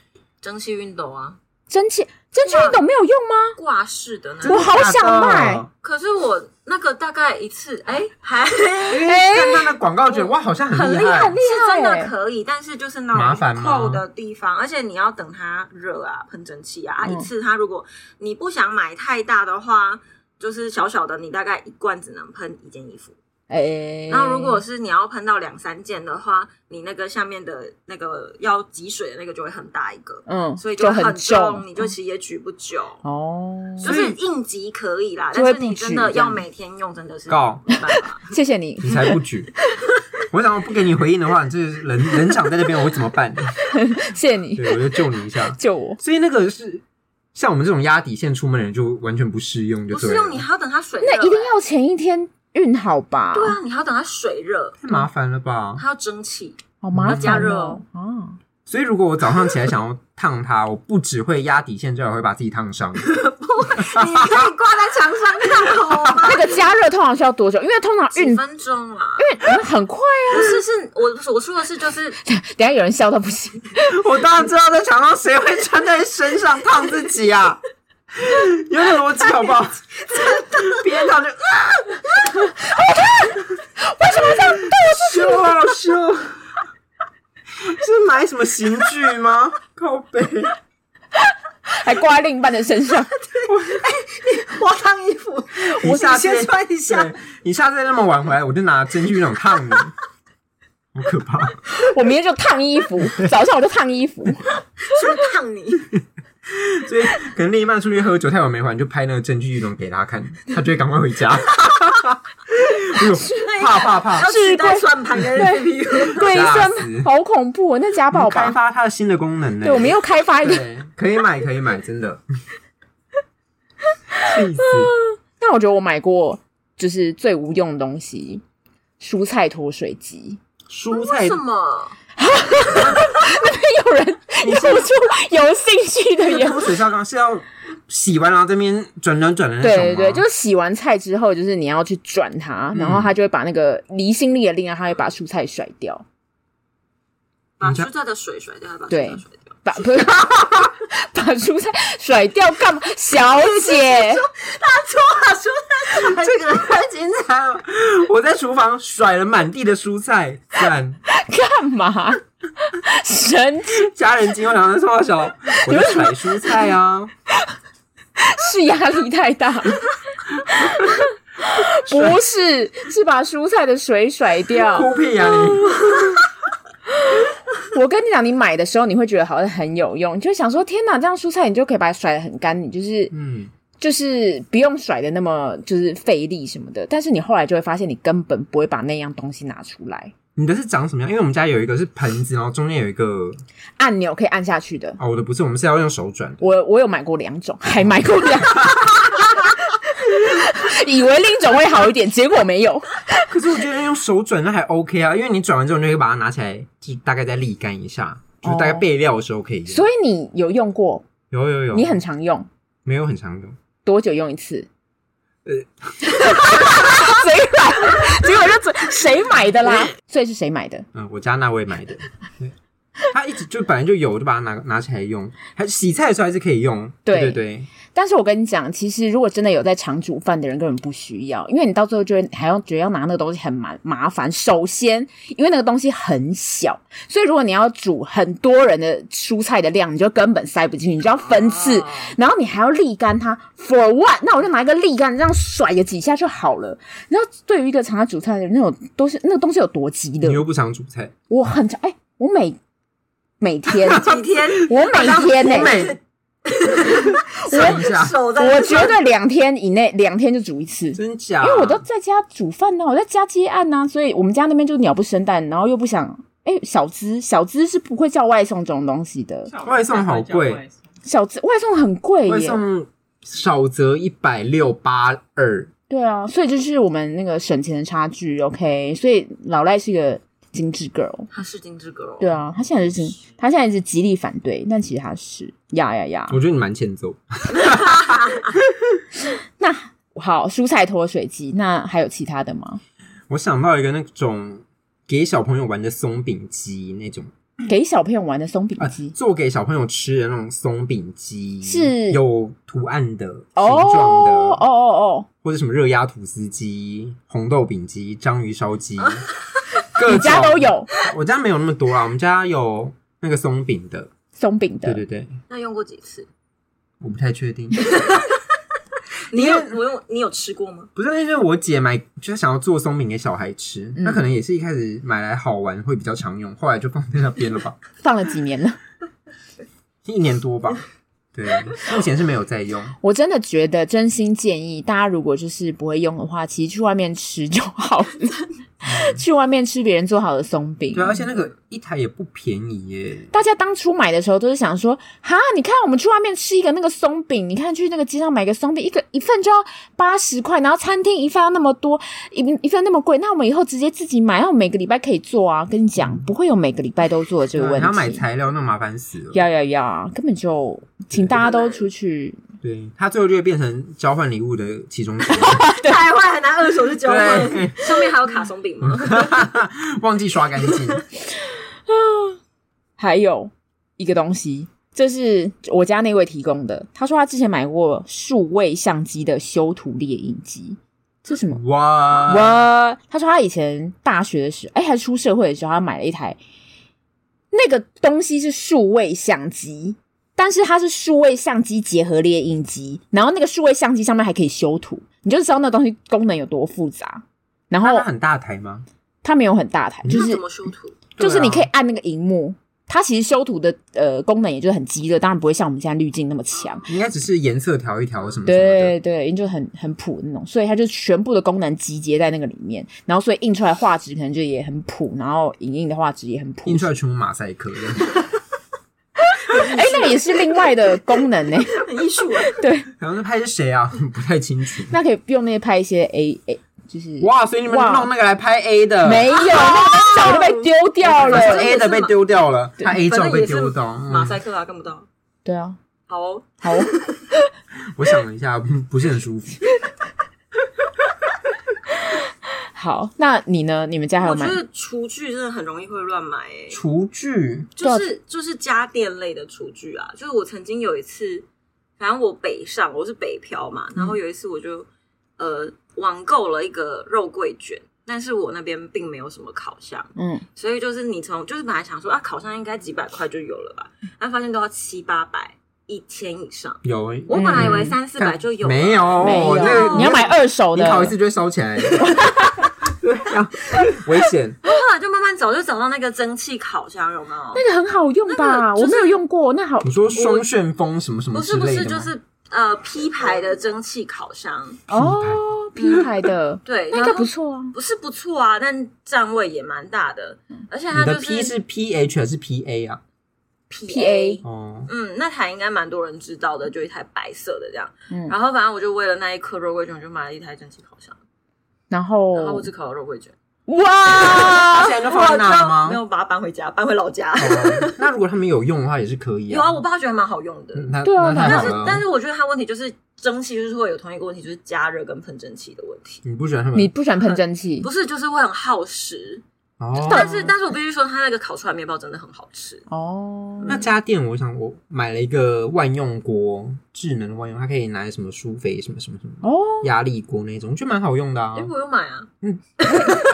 S4: 蒸汽熨斗啊，
S2: 蒸汽蒸汽熨斗没有用吗？
S4: 挂式的那
S2: 我
S4: 种。
S2: 好想卖，
S4: 可是我那个大概一次，哎、还是
S3: 哎，看他的广告觉得哇，好像很
S2: 很厉害欸
S3: 害
S2: 很厉，害
S4: 真的可以，但是就是那
S3: 麻烦
S4: 种
S3: 吗
S4: 扣的地方，而且你要等它热啊，喷蒸汽啊，啊
S2: 嗯
S4: 一次它如果你不想买太大的话。就是小小的，你大概一罐只能喷一件衣服。
S2: 哎，
S4: 那如果是你要喷到两三件的话，你那个下面的那个要挤水的那个就会很大一个，
S2: 嗯，
S4: 所以
S2: 就
S4: 很
S2: 很
S4: 你就其实也举不久。
S2: 哦。
S4: 就是应急可以啦，
S2: 就
S4: 但
S2: 会
S4: 是你
S2: 不举
S4: 真的
S2: 这样
S4: 要每天用，真的是
S3: 告
S4: 没办法。
S2: [LAUGHS] 谢谢你，
S3: 你才不举。我想不给你回应的话，你这人 [LAUGHS] 人场在那边，我会怎么办？
S2: 谢谢你
S3: 对，我就救你一下。
S2: 救我。
S3: 所以那个是像我们这种压底线出门的人，就完全不适用， [LAUGHS] 就
S4: 不
S3: 对
S4: 是
S3: 了
S4: 用你还要等它水热、
S2: 那一定
S4: 欸
S2: 要前一天熨好吧？
S4: 对啊，你还要等它水热，
S3: 太麻烦了吧？
S4: 它要蒸汽，
S2: 好麻
S4: 加
S2: 烦
S4: 热
S2: 哦
S4: 哦。
S2: 啊。
S3: 所以如果我早上起来想要烫它，我不只会压底线之外，我会把自己烫伤。
S4: 你可以挂在墙上看哦好吗？
S2: 那个加热通常需要多久？因为通常
S4: 几 [LAUGHS]
S2: 熨
S4: 分钟啊？
S2: 熨很快啊。
S4: 不是，是我我说的是就是
S2: 等一下有人笑到不
S4: [LAUGHS]
S2: 行，
S3: [LAUGHS] 我当然知道在墙上谁会穿在身上烫自己啊，有点逻辑好
S4: [LAUGHS]
S3: 不好？别人烫就啊，为什么这样对我羞啊羞！是买什么刑具吗？靠背，
S2: 还挂在另一半的身
S4: [LAUGHS]
S2: 上。
S4: 我烫衣服，
S3: 你下次
S4: 先穿一下
S3: 对你下次再那么晚回来，我就拿针具那种烫你，好可怕！
S2: 我明天就烫衣服，早上我就烫
S4: [LAUGHS]
S2: 衣服。
S4: 说烫
S2: [LAUGHS]
S4: 你，
S3: 所以可能另一半出去喝酒太晚没还，你就拍那个证据一种给他看，他就会赶快回
S4: [LAUGHS]
S3: 家。哎呦，怕怕怕！
S4: 啊要取代算盘跟 CPU。
S2: 对，
S3: 吓
S2: 生
S3: 死
S2: 好恐怖哦，那家
S3: 我
S2: 暴
S3: 们开
S2: 吧？
S3: 发它的新的功能呢、
S2: 对，我们又开发一个。
S3: 对，可以买，可以买，真的。 [LAUGHS] 气死！
S2: 但我觉得我买过就是最无用的东西，蔬菜脱水机。
S3: 蔬 [LAUGHS]
S4: 为
S3: 菜
S4: 什，么？
S2: 有人露出有兴趣的眼
S3: 那。水烧缸是要洗完然后这边转转转的那种吗
S2: [LAUGHS] 对对对，就是洗完菜之后，就是你要去转它，然后它就会把那个离心力的力量，它会把蔬菜甩掉。
S4: 把
S3: 你家
S4: 蔬菜的水甩掉，还是把蔬
S2: 对
S4: 菜甩掉。
S2: 把不 [LAUGHS] 是把蔬菜甩掉干嘛？小 [LAUGHS] 姐，
S4: 把蔬菜
S3: 这个太精彩了！我在厨房甩了满地的蔬菜，赞！
S2: 干嘛？神
S3: [LAUGHS] 家人今后两人说 [LAUGHS] 小，我在甩蔬菜 [LAUGHS] 啊。
S2: 是压力太大，不是是把蔬菜的水甩掉。
S3: 哭屁呀、啊你！
S2: 我跟你讲，你买的时候你会觉得好像很有用，你就想说天哪，这样蔬菜你就可以把它甩得很干，你就是
S3: 嗯，
S2: 就是不用甩的那么就是费力什么的。但是你后来就会发现，你根本不会把那样东西拿出来，
S3: 你的是长什么样？因为我们家有一个是盆子，然后中间有一个
S2: 按钮可以按下去的。
S3: 哦，我的不是，我们是要用手转的。
S2: 我我有买过两种，还买过两，以为另一种会好一点，结果没有。
S3: 可是我觉得用手转那还 OK 啊，因为你转完之后，你就可以把它拿起来，就大概再沥干一下，就是大概备料的时候可以用。
S2: 哦所以你有用过？
S3: 有有有，
S2: 你很常用？
S3: 没有很常用，
S2: 多久用一次？
S3: 呃，
S2: [LAUGHS] 谁买？结果就嘴谁买的啦？所以是谁买的？
S3: 嗯，我家那位买
S2: [LAUGHS]
S3: 的，对他一直就本来就有，我就把它拿拿起来用，还洗菜的时候还是可以用。
S2: 对
S3: 对对，
S2: 但是我跟你讲，其实如果真的有在常煮饭的人，根本不需要，因为你到最后就会还要觉得要拿那个东西很麻麻烦。首先，因为那个东西很小，所以如果你要煮很多人的蔬菜的量，你就根本塞不进去，你就要分次，
S3: 啊
S4: 哦
S2: 然后你还要沥干它。For what？那我就拿一个沥杆这样甩个几下就好了。你知道，对于一个常常煮菜的人，那种东西那个东西有多急的
S3: 你，又不常煮菜，
S2: 我很常哎、我每每
S3: [LAUGHS]
S2: 天，
S4: 几天
S2: 我每天呢、
S3: 我每想一下，
S4: 手在
S2: 我绝对两天以内，两天就煮一次。
S3: 真假？
S2: 因为我都在家煮饭呢、我在家接案呢、啊所以我们家那边就鸟不生蛋，然后又不想。哎、小资小资是不会叫外送这种东西的，
S3: 外送好贵，
S2: 小资外送很贵
S3: 外
S2: 耶，
S3: 送少则一百六八二，
S2: 对啊，所以就是我们那个省钱的差距。OK，所以老赖是一个精致 girl，
S4: 他是金之哦 girl，
S2: 对，啊，他现在
S3: 哦
S2: 就是他现在一直极力反对，但其实他是呀呀呀。
S3: 我觉得你蛮欠揍。
S2: 那好，蔬菜脱水机，那还有其他的
S3: [CLEARS THROAT]
S2: 吗？
S3: 我想到一个那种给小朋友玩的松饼机那种。
S2: 给小朋友玩的松饼
S3: 啊
S2: 机，
S3: 做给小朋友吃的那种松饼机，
S2: 是
S3: 有图案的、形
S2: 哦
S3: 状的，
S2: 哦哦
S3: 或者什么热压吐司机、红豆饼机、章鱼
S2: [LAUGHS]
S3: 烧鸡，各
S2: 哦，
S3: 种
S2: 你家都。有
S3: 我家没有那么多啊，我们家有那个松饼的，
S2: 松饼的，
S3: 对对对，
S4: 那用过几次？
S3: 我不太确定， [LAUGHS]
S4: 你有我用你有吃过吗？
S3: 不是因为我姐买就是想要做松饼给小孩吃，
S2: 嗯
S3: 那可能也是一开始买来好玩，会比较常用，后来就放在那边了吧， [LAUGHS]
S2: 放了几年了。 [LAUGHS]
S3: 一年多吧，对，目前是没有在用。
S2: 我真的觉得，真心建议大家，如果就是不会用的话，其实去外面吃就好了。 [LAUGHS] 去外面吃别人做好的松饼
S3: 嗯对，。啊而且那个一台也不便宜耶，
S2: 大家当初买的时候都是想说，哈，你看我们去外面吃一个那个松饼，你看去那个街上买个松饼，一个一份就要八十块，然后餐厅一份要那么多，一一份那么贵，那我们以后直接自己买，那我每个礼拜可以做啊。跟你讲，不会有每个礼拜都做的这个
S3: 嗯对啊
S2: 问
S3: 还要买
S2: 题。
S3: 材料，那麻烦死了。
S2: 要要要，根本就请大家都出去
S3: 对，它最后就会变成交换礼物的其中之一。
S4: 太坏，还拿二手去交换，
S3: 对，
S4: 上面还有卡松饼吗？
S2: 嗯
S3: 忘记刷干净。
S2: 还有一个东西，这是我家那位提供的，他说他之前买过数位相机的修图猎影机，这什么？
S3: 哇，
S2: 哇！他说他以前大学的时候，哎、还是出社会的时候，他买了一台那个东西是数位相机，但是它是数位相机结合猎印机，然后那个数位相机上面还可以修图，你就知道那东西功能有多复杂。然
S3: 那
S2: 后
S3: 它很大台吗？
S2: 它没有很大台，就
S4: 那
S2: 是
S4: 怎么修图？
S2: 就是你可以
S3: 对啊
S2: 按那个荧幕，它其实修图的呃功能也就是很激烈，当然不会像我们现在滤镜那么强。
S3: 应该只是颜色调一调什么什么的。
S2: 对对，就很很普那种，所以它就全部的功能集结在那个里面，然后所以印出来画质可能就也很普，然后影印的画质也很普。
S3: 印出来全部马赛克，
S2: 哎，那个也是另外的功能 [LAUGHS] 呢、
S4: 很艺术啊！
S2: 对，
S3: 然后那拍是谁啊？ [LAUGHS] 不太清楚。
S2: 那可以用那些拍一些 A A，就是
S3: 哇，所以你们
S2: 哇
S3: 弄那个来拍 A 的，
S2: 没有，那个早就被丢掉了
S3: 反。正
S4: 也是
S3: A 的被丢掉了，
S2: 对
S3: 他 A
S4: 反
S3: 照
S4: 正
S3: 被
S4: 也是
S3: 丢掉。
S4: 马赛
S3: 嗯，
S4: 克啊，看不到。
S2: 对啊，
S4: 好哦，
S2: 好哦，
S3: 我想了一下，嗯不是很舒服。
S2: 好，那你呢？你们家还有
S4: 我
S2: 买
S4: 觉？得厨具真的很容易会乱买欸诶，
S3: 厨具
S4: 就是就是家电类的厨具啊。就是我曾经有一次，反正我北上，我是北漂嘛，
S3: 嗯
S4: 然后有一次我就呃网购了一个肉桂卷，但是我那边并没有什么烤箱，
S2: 嗯，
S4: 所以就是你从就是本来想说啊烤箱应该几百块就有了吧，但发现都要七八百、一千以上。
S3: 有，
S4: 我本来以为
S3: 嗯
S4: 三四百就有了
S3: 没有，
S2: 没有，
S3: 那个
S2: 你要买二手
S3: 你
S2: 的。
S3: 烤一次就会烧起来，对啊，危险。
S4: 后来就慢慢找，就找到那个蒸汽烤箱，有没
S3: 嗯
S4: 有？
S2: 那个很好用吧？
S4: 那个就是
S2: 我没有用过，那好
S3: 你说双旋风什么什么
S4: 不
S3: 之
S4: 是不
S3: 类的
S4: 是，
S3: 吗
S4: 就是呃 P 牌的蒸汽烤箱，
S2: 哦，拼排
S4: [LAUGHS]
S2: 的，
S4: 对，
S2: 那应
S4: 然
S2: 该
S4: 后
S2: 不错啊。
S4: 不是不错啊，但站位也蛮大的，而且它
S3: 你
S4: 就
S3: 的 P 是 P H 还是 P A 啊？
S2: PA
S3: 哦，
S4: 嗯，那台应该蛮多人知道的，就一台白色的这样。
S2: 嗯，
S4: 然后反正我就为了那一颗肉桂卷，我就买了一台蒸汽烤箱，
S2: 然
S4: 然后
S2: 后
S4: 我只烤了肉桂卷，
S2: 哇
S3: 它，现在就放在那了吗
S4: 啊哦没？有把它搬回家， [LAUGHS] 搬回老家。
S3: 哦那如果他们有用的话，也是可以
S4: 有啊，我爸觉得蛮好用的，
S3: 嗯那
S2: 对啊
S3: 那太
S4: 但
S3: 好
S4: 是
S3: 了。
S4: 但是我觉得它问题就是蒸汽就是会有同一个问题，就是加热跟喷蒸汽的问题，
S3: 你不喜欢他们？
S2: 你不喜欢喷蒸汽
S4: 不是就是会很耗时。
S3: 哦，
S4: 但是但是我必须说，它那个烤出来面包真的很好吃。
S2: 哦？
S3: 那家电，我想我买了一个万用锅，智能的万用，它可以拿来什么苏菲什么什么什么
S2: 哦，
S3: 压力锅那种，我觉得蛮好用的啊
S4: 哎、。我有买啊，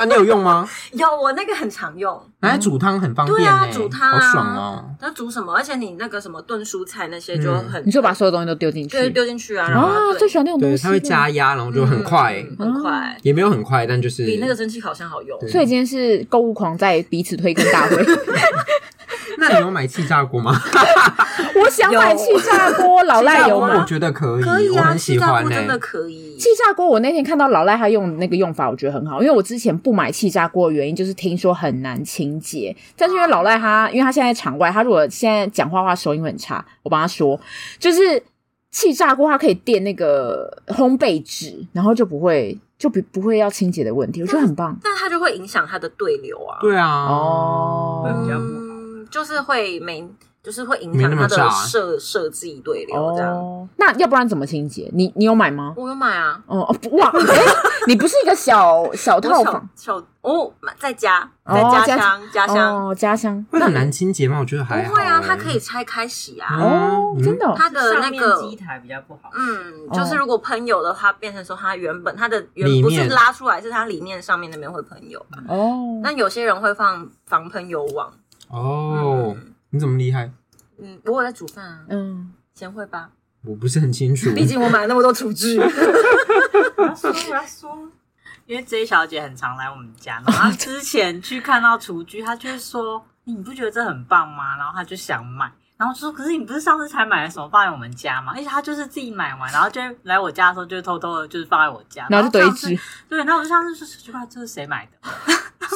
S3: 啊，你有用吗？
S4: [LAUGHS] 有我那个很常用。
S3: 拿来煮汤很方便
S4: 对啊
S3: 欸
S4: 煮汤啊
S3: 好爽哦。
S4: 那煮什么？而且你那个什么炖蔬菜那些就
S3: 嗯
S4: 很，
S2: 你就把所有东西都丢进去
S4: 对丢进去啊，然后
S2: 啊？
S4: 对
S2: 最喜欢那哦种东
S3: 对，
S2: 西
S3: 它
S2: 了，
S3: 会加压，然后就很快，
S4: 嗯很快，
S3: 也没有很快，但就是
S4: 比那个蒸汽烤箱好用。
S3: 对
S2: 所以今天是购物狂在彼此推坑大
S4: [LAUGHS]
S2: 会。
S3: 那你有买气炸锅吗？
S2: 我想买气炸锅，老赖有
S3: 我
S2: 吗？
S3: 觉得可以，
S4: 可以
S3: 我
S4: 啊，
S3: 很
S4: 气
S3: 喜
S4: 炸
S3: 欢
S4: 锅
S3: 呢、
S4: 真的可以。
S2: 气炸锅，我那天看到老赖他用的那个用法，我觉得很好，因为我之前不买气炸锅的原因就是听说很难清洁，但是因为老赖他，因为他现在在场外，他如果现在讲话的话收音会很差，我帮他说，就是气炸锅它可以垫那个烘焙纸，然后就不会就不不会要清洁的问题，我觉得很棒
S4: 但它就会影响它的对流啊。
S3: 对啊，
S2: 哦
S3: 比较不
S4: 嗯，就是会没，就是会影
S3: 没
S4: 响
S3: 那
S4: 它
S3: 么
S4: 的
S3: 炸啊
S4: 设设计对流这样。
S2: 哦。那要不然怎么清洁？你你有买吗？
S4: 我有买啊，
S2: 哦哦不哇，哎，你不是一个小小
S4: 我
S2: 套
S4: 小
S2: 房
S4: 小哦，在家，
S2: 哦
S4: 在家
S2: 家
S4: 乡，家乡
S2: 哦，家乡
S3: 会很难清洁吗？我觉得
S4: 不
S3: 还好、
S4: 会啊，
S3: 欸
S4: 它可以拆开洗啊。
S2: 哦，
S3: 嗯
S2: 真的哦
S4: 它的
S1: 上
S4: 那
S1: 面
S4: 个
S1: 机台比较不好。
S4: 嗯，
S2: 哦
S4: 就是如果喷油的话，变成说它原本它的
S3: 里
S4: 原不是
S3: 面
S4: 拉出来，是它里面上面那边会喷油。
S2: 哦，
S4: 那有些人会放防喷油网。
S3: 哦。你怎么厉害？
S4: 嗯，我有在煮饭啊，
S2: 嗯，
S4: 贤惠吧，
S3: 我不是很清楚。
S4: 毕竟我买了那么多厨具。
S1: 我要说，我要说，因为 J 小姐很常来我们家，然后
S2: [LAUGHS]
S1: 她之前去看到厨具，她就是说：“你不觉得这很棒吗？”然后她就想买，然后说：“可是你不是上次才买了什么放在我们家吗？”而且她就是自己买完，然后就会来我家的时候，就会偷偷的就是放在我家，
S2: [LAUGHS] 然后就堆
S1: 上
S4: [LAUGHS]
S1: 次
S2: 积。。
S1: 对，然后我就上次说奇怪，这是谁买的？
S4: [LAUGHS]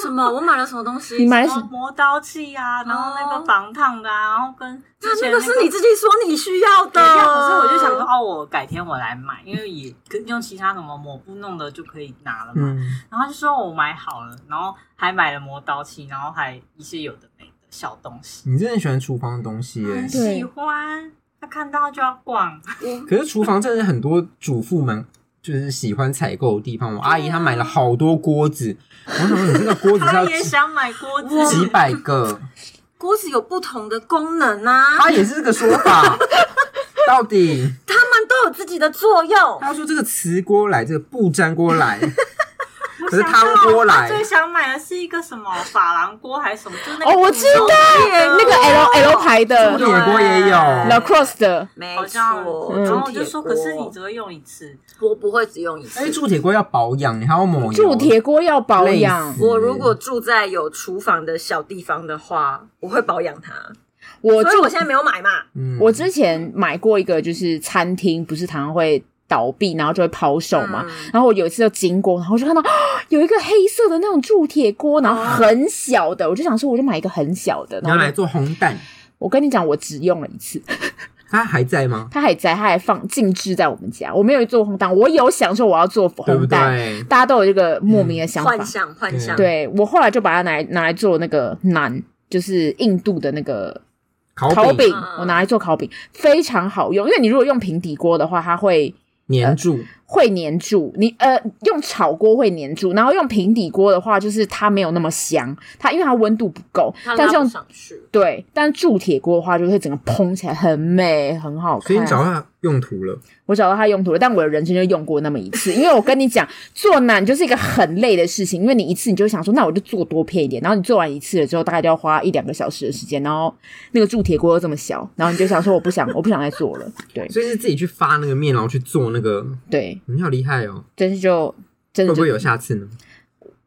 S4: 什么？我买了什么东西？
S2: 你买了
S1: 然后
S2: 什？
S1: 磨刀器啊，然后那个防烫的啊，然后跟之
S4: 那
S1: 前
S4: 那
S2: 哦
S4: 个是你自己说你需要的，
S1: 对，可是我就想说，哦，我改天我来买，因为也跟用其他什么抹布弄的就可以拿了嘛。
S3: 嗯，
S1: 然后他就说我买好了，然后还买了磨刀器，然后还一些有的没的小东西。
S3: 你真的很喜欢厨房的东西耶
S4: 嗯
S1: 很。喜欢，他看到就要逛。
S3: 可是厨房真的很多主妇们就是喜欢采购的地方。我阿
S4: 啊
S3: 姨她买了好多锅子，我想说你这个锅子是
S4: [LAUGHS]
S1: 他
S3: 要
S1: 也
S3: 几
S1: 想买锅子，
S3: 几百个，
S4: 锅子有不同的功能啊，
S3: 她也是这个说法。到底
S4: 它们都有自己的作用。
S3: 她说这个瓷锅来，这个不粘锅来， [LAUGHS]
S1: 我
S3: 可是
S1: 想到
S3: 汤锅来
S1: 他最想买的是一个什么珐琅锅还是什么，就是那个
S2: 哦，我知道那个
S4: 啊
S2: L L 牌
S4: 嗯
S2: 的
S3: 铸铁锅也有。
S2: La Cross 的，
S4: 没
S1: 好像，
S4: 错，
S1: 然后
S4: 铸
S1: 我
S4: 铁
S1: 就说，可是你
S4: 锅
S1: 只会用一次，
S4: 我不会只用一
S3: 哎，
S4: 次。
S3: 铸铁锅要保养，你还要抹油。
S2: 铸铁锅要保
S3: 累
S2: 养
S3: 死。
S4: 我如果住在有厨房的小地方的话，我会保养它。
S2: 我
S4: 所以
S2: 就
S4: 我现在没有买嘛。
S3: 嗯
S2: 我之前买过一个，就是餐厅不是常常会倒闭，然后就会抛售嘛。
S4: 嗯
S2: 然后我有一次就经过，然后就看到、 [GASPS] 啊有一个黑色的那种铸铁锅，然后
S4: 嗯
S2: 很小的，我就想说我就买一个很小的。
S3: 你要
S2: 然后
S3: 来
S2: 就
S3: 做烘蛋，
S2: 我跟你讲，我只用了一次，
S3: 它还在吗？
S2: 它还在，它还放静置在我们家。我没有做烘蛋，我有想说我要做
S3: 对不
S2: 烘蛋，
S3: 对？
S2: 大家都有这个莫名的想法。
S4: 嗯幻想，幻想。
S2: 对我后来就把它拿来拿来做那个馕，就是印度的那个
S3: 烤
S2: 烤饼，
S4: 嗯
S2: 我拿来做烤饼非常好用，因为你如果用平底锅的话，它会
S3: 粘住，
S2: 会粘住你，呃，用炒锅会粘住，然后用平底锅的话，就是它没有那么香，它因为它温度不够
S4: 它，
S2: 但
S4: 拉
S2: 是
S4: 不
S2: 用
S4: 上去。
S2: 对，但铸铁锅的话，就会整个蓬起来，很美，很好看。
S3: 所以你找到用途了。
S2: 我找到它用途了，但我的人生就用过那么一次， [LAUGHS] 因为我跟你讲，做难就是一个很累的事情，因为你一次你就会想说，那我就做多片一点，然后你做完一次了之后，大概就要花一两个小时的时间，然后那个铸铁锅又这么小，然后你就想说，我不想，我不想再做了，对
S3: 所以是自己去发那个面，然后去做那个，
S2: 对，
S3: 你好厉害哦！
S2: 但是就真
S3: 会
S2: 的
S3: 不
S2: 就
S3: 会有下次呢？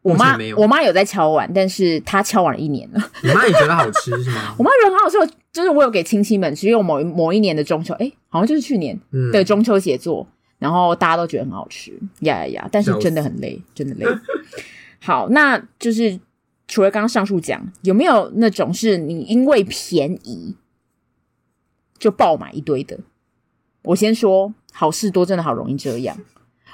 S2: 我
S3: 目
S2: 妈
S3: 前没有
S2: 我妈有在敲碗，但是她敲碗了一年了，
S3: 你妈也觉得好吃是
S2: [LAUGHS]
S3: 吗
S2: 我？妈人很好，是我就是我有给亲戚们吃，因为我某一某一年的中秋，哎，好像就是去年
S3: 嗯，
S2: 的中秋写作。然后大家都觉得很好吃，呀呀呀！但是
S3: 笑死
S2: 真的很累，真的累。 [LAUGHS] 好，那就是除了刚刚上述讲，有没有那种是你因为便宜就爆买一堆的？我先说，好事多真的好容易这样。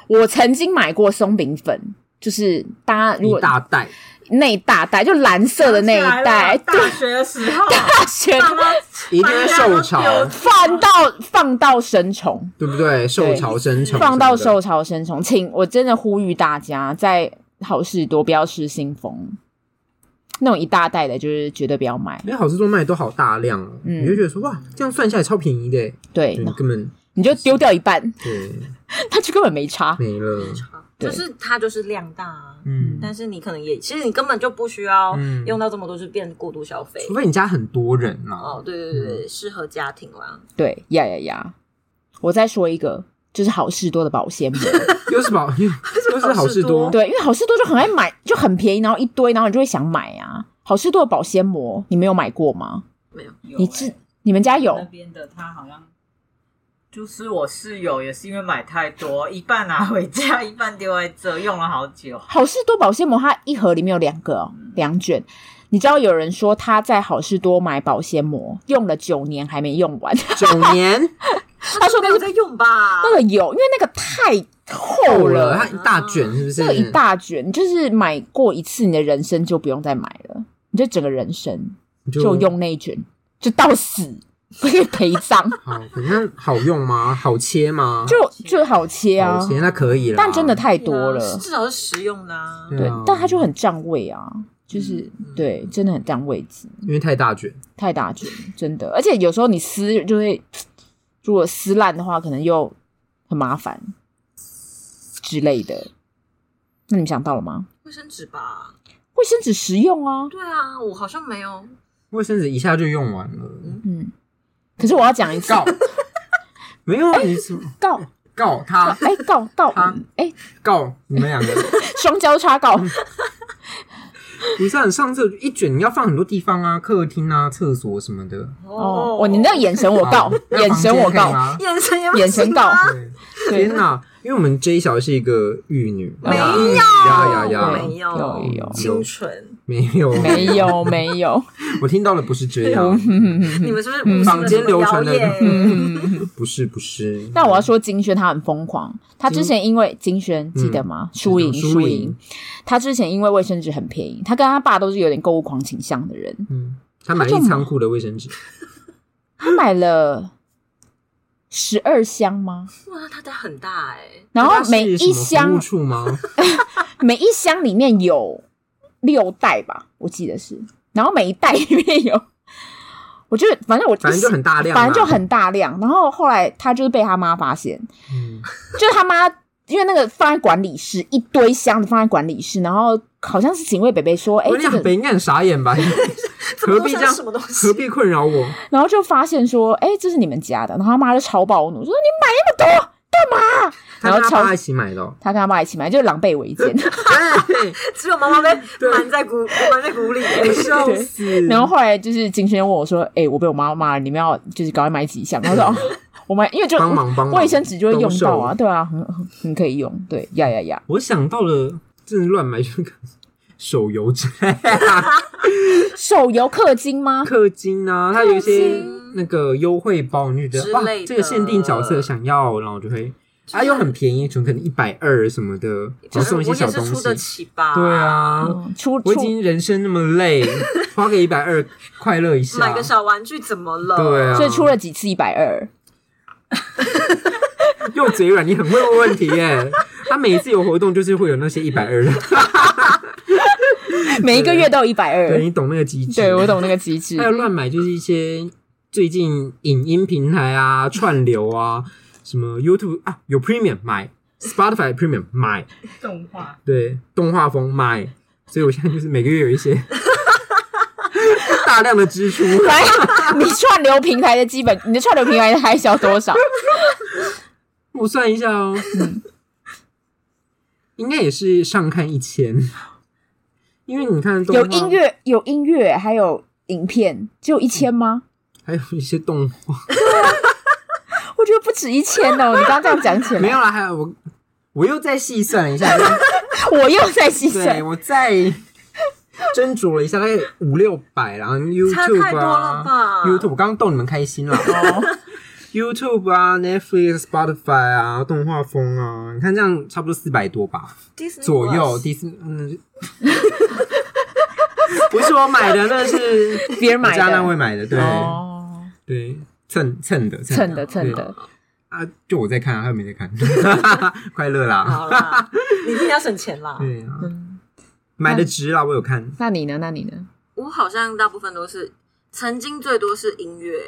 S2: 我曾经买过松饼粉，就是大家如
S3: 一
S2: 果
S3: 大袋，
S2: 那一大袋就蓝色的那一袋，
S1: 想起来了大学的时
S2: [LAUGHS]
S1: 候，
S2: 大学
S1: 爸妈
S3: 一定会受潮，
S2: 放到放到生虫，
S3: 对不对？受潮生虫，
S2: 放到受，潮生虫，请我真的呼吁大家，在好事多不要失心疯，那种一大袋的，就是绝对不要买。
S3: 因为好吃多卖都好大量哦，
S2: 嗯
S3: 你就觉得说哇，这样算下来超便宜的耶，
S2: 对，
S3: 你根本
S2: 你就丢掉一半， [LAUGHS]
S3: 对
S2: 它就根本没差。
S3: 没了，
S2: 对
S4: 就是它就是量大啊。
S3: 嗯，
S4: 但是你可能也，其实你根本就不需要
S3: 嗯
S4: 用到这么多，就变过度消费。
S3: 除非你家很多人啊，
S4: 哦，对对对
S2: 嗯
S4: 对，适合家庭啦。
S2: 对，呀呀呀！我再说一个，就是好事多的保鲜膜。 [LAUGHS]
S3: 又是宝，又又是好事多，
S2: 对，因为好事多就很爱买，就很便宜，然后一堆，然后你就会想买啊。好事多的保鲜膜，你没有买过吗？
S4: 没有，欸
S2: 你知哎你们家有
S1: 欸那？边的他好像就是我室友，也是因为买太多，一半拿回家，一半丢在这，用了好久。
S2: 好事多保鲜膜，它一盒里面有两个、哦，两卷。你知道有人说他在好事多买保鲜膜，用了九年还没用完。
S3: 九
S2: [LAUGHS]
S3: 年
S2: 他说那
S4: 没有
S2: 个
S4: 在用吧？
S2: 那个有，因为那个太厚
S3: 够
S2: 了，
S3: 了，它一大卷是不啊是？
S2: 这个一大卷，就是买过一次，你的人生就不用再买了，你就整个人生
S3: 你
S2: 就用那一卷，就到死，不可以陪葬，
S3: 好，反正好用吗？好切吗？
S2: 就就好切啊
S3: 好。切那可以了，
S2: 但真的太多
S4: 对啊
S2: 了，
S4: 至少是实用的啊。
S3: 对
S2: 对
S3: 啊，
S2: 但它就很占位啊，就是对，真的很占位置。
S3: 因为太大卷，
S2: 太大卷，真的。而且有时候你撕就会，如果撕烂的话，可能又很麻烦之类的。那你们想到了吗？
S4: 卫生纸吧？
S2: 卫生纸实用啊，
S4: 对啊，我好像没有。
S3: 卫生纸一下就用完了，
S2: 嗯。可是我要讲一次 [LAUGHS]
S3: 告没有啊你怎么
S2: 告
S3: 告
S2: 告
S3: 他
S2: 哎告告
S3: 他
S2: 哎
S3: 告你们两
S2: [LAUGHS]
S3: 个，
S2: 双交叉告，
S3: 不是啊你上厕一卷你要放很多地方啊，客厅啊、厕所什么的，
S2: 哦，我你那个眼神我告
S3: 好，哦那
S2: 眼
S3: 房
S2: 神
S3: 间
S2: 我
S3: 可以
S2: 告， [LAUGHS]
S3: 吗？
S4: 眼神也不
S2: 眼神
S4: 行啊
S2: 告
S4: 吗
S3: 对，天哪！因为我们 J 小是一个玉女，
S2: 没
S3: 啊呀
S2: 有
S3: 呀呀呀
S4: 没，有
S2: 有有
S4: 清纯。
S3: 没有
S2: 没，有嗯没有，
S3: [LAUGHS]
S2: [LAUGHS]
S3: 我听到的不是啊这样，
S4: 你们是不是无视
S3: 坊间流传的
S4: 了什么谣言
S2: 嗯。
S3: 不是不是。
S2: 但我要说金轩他很疯狂，他之
S3: 金
S2: 前因为金轩记得吗？输赢
S3: 知道
S2: 输
S3: 嗯输
S2: 赢
S3: 赢，
S2: 他之前因为卫生纸很便宜，他跟他爸都是有点购物狂倾向的人，
S3: 嗯，他买了一仓库的卫生纸，
S2: 他买了十二箱吗？
S4: 哇，它的很大哎，
S2: 然后
S3: 他是
S2: 每
S3: 什
S2: 一
S3: 么服务
S2: 箱 [LAUGHS]
S3: 处吗？
S2: 每一箱里面有六袋吧，我记得是，然后每一袋里面有，我就反正我
S3: 反正就很大量啊，
S2: 反正就很大量，然后后来他就是被他妈发现，
S3: 嗯，
S2: 就是他妈，因为那个放在管理室，一堆箱子放在管理室，然后好像是警卫北北说，哎、
S3: 我
S2: 这
S3: 两
S2: 个，
S3: 杯应该很傻眼
S2: [LAUGHS]
S3: 吧？何必这样
S4: 这么多箱是什么东？西
S3: 何必困扰我？
S2: 然后就发现说，哎、这是你们家的，然后他妈就超暴怒，说你买那么多干嘛？
S3: 他
S2: 然后
S3: 跟他
S2: 超
S3: 爸一起买
S2: [LAUGHS]
S3: 的哦，
S2: 他跟他爸一起买，就是狼狈为
S3: [LAUGHS]
S2: 奸。 [LAUGHS]
S3: 对，
S4: 只有妈
S3: [LAUGHS]
S4: 妈被瞒在鼓瞒在鼓里耶。
S3: 笑死。
S2: 然后后来就是金轩问我说，哎、我被我妈骂了，你们要就是赶快买几箱，然后说。哦我买，因为就
S3: 嗯帮忙帮忙
S2: 卫生纸就会用到啊，
S3: 兜售
S2: 对啊，很很很可以用，对呀呀呀，
S3: 我想到了，真的乱买就是个手游之
S2: [LAUGHS]
S3: 类的
S2: 手游氪金吗？
S3: 氪金啊，它有一些那个优惠包，你就觉
S4: 之
S3: 得哇
S4: 类，的
S3: 这个限定角色想要，然后我就会，啊又很便宜，可能一百二什么的，
S4: 就
S3: 然后
S4: 是
S3: 送
S4: 我
S3: 一些
S4: 也
S3: 小
S4: 是
S3: 东
S4: 出得
S3: 西。
S4: 起吧？
S3: 对，啊，
S2: 嗯出
S3: 我已
S2: 出
S3: 经人生那么
S2: [LAUGHS]
S3: 累，花个一百二快乐一下
S4: 买，个小玩具怎么了？
S3: 对啊，
S2: 所以出了几次一百二，
S3: 又嘴软，你很会问问题
S2: [LAUGHS]
S3: 耶。他每一次有活动，就是会有那些一百二的，
S2: 每一个月都有一百
S3: [LAUGHS] 对
S2: 二。
S3: 你懂那个机
S2: [LAUGHS]
S3: 制？
S2: 对，我。懂那个机制
S3: 还。有乱买，就是一些最近影音平台
S2: [LAUGHS]
S3: 啊、串流啊、什么 YouTube 啊，有 Premium 买，Spotify Premium 买，
S1: 动画
S3: 对，动画风买，所以我现在就是每个月有一些
S2: [LAUGHS]
S3: 大量的支出。
S2: [LAUGHS] 来，你串流平台的基本，你的串流平台的开销多少？
S3: 我算一下哦，应该也是上看一千，因为你看动画
S2: 有音，乐，有音乐，还
S3: 嗯
S2: 有影片，只有一千吗？
S3: 还有一些动画，
S2: 我觉得不止一千哦。你刚刚这样讲起
S3: 没
S2: 来，
S3: 有啦，还有我我又再细算了
S4: [LAUGHS]
S3: 一下，
S2: [LAUGHS] 我又在牺
S3: 对
S2: 牲。
S3: 我再斟酌了一下，大概五六百啦
S4: 差太
S3: ，YouTube
S4: 多了
S3: 啊
S4: 吧哦
S3: ，YouTube 我刚刚逗你们开心了。YouTube 啊，Netflix、Spotify 啊，动画风啊，你看这样差不多四百多吧，嗯
S4: Disney
S3: 左右。
S4: Plus
S3: 第四，
S2: [LAUGHS]
S3: 嗯，不是我买的，那是
S2: 别人买
S3: 我家那位
S2: 的
S3: 买的，对
S2: 哦，
S3: 对，蹭蹭的
S2: 蹭的蹭的，
S3: 啊，就我在看啊，他没在看， [LAUGHS] 快乐啦，[LAUGHS]
S4: 好啦，你自己要省钱啦。
S3: 对啊，
S2: 嗯，
S3: 买的值啦，我有看，
S2: 那你呢？那你呢？
S4: 我好像大部分都是，曾经最多是音乐，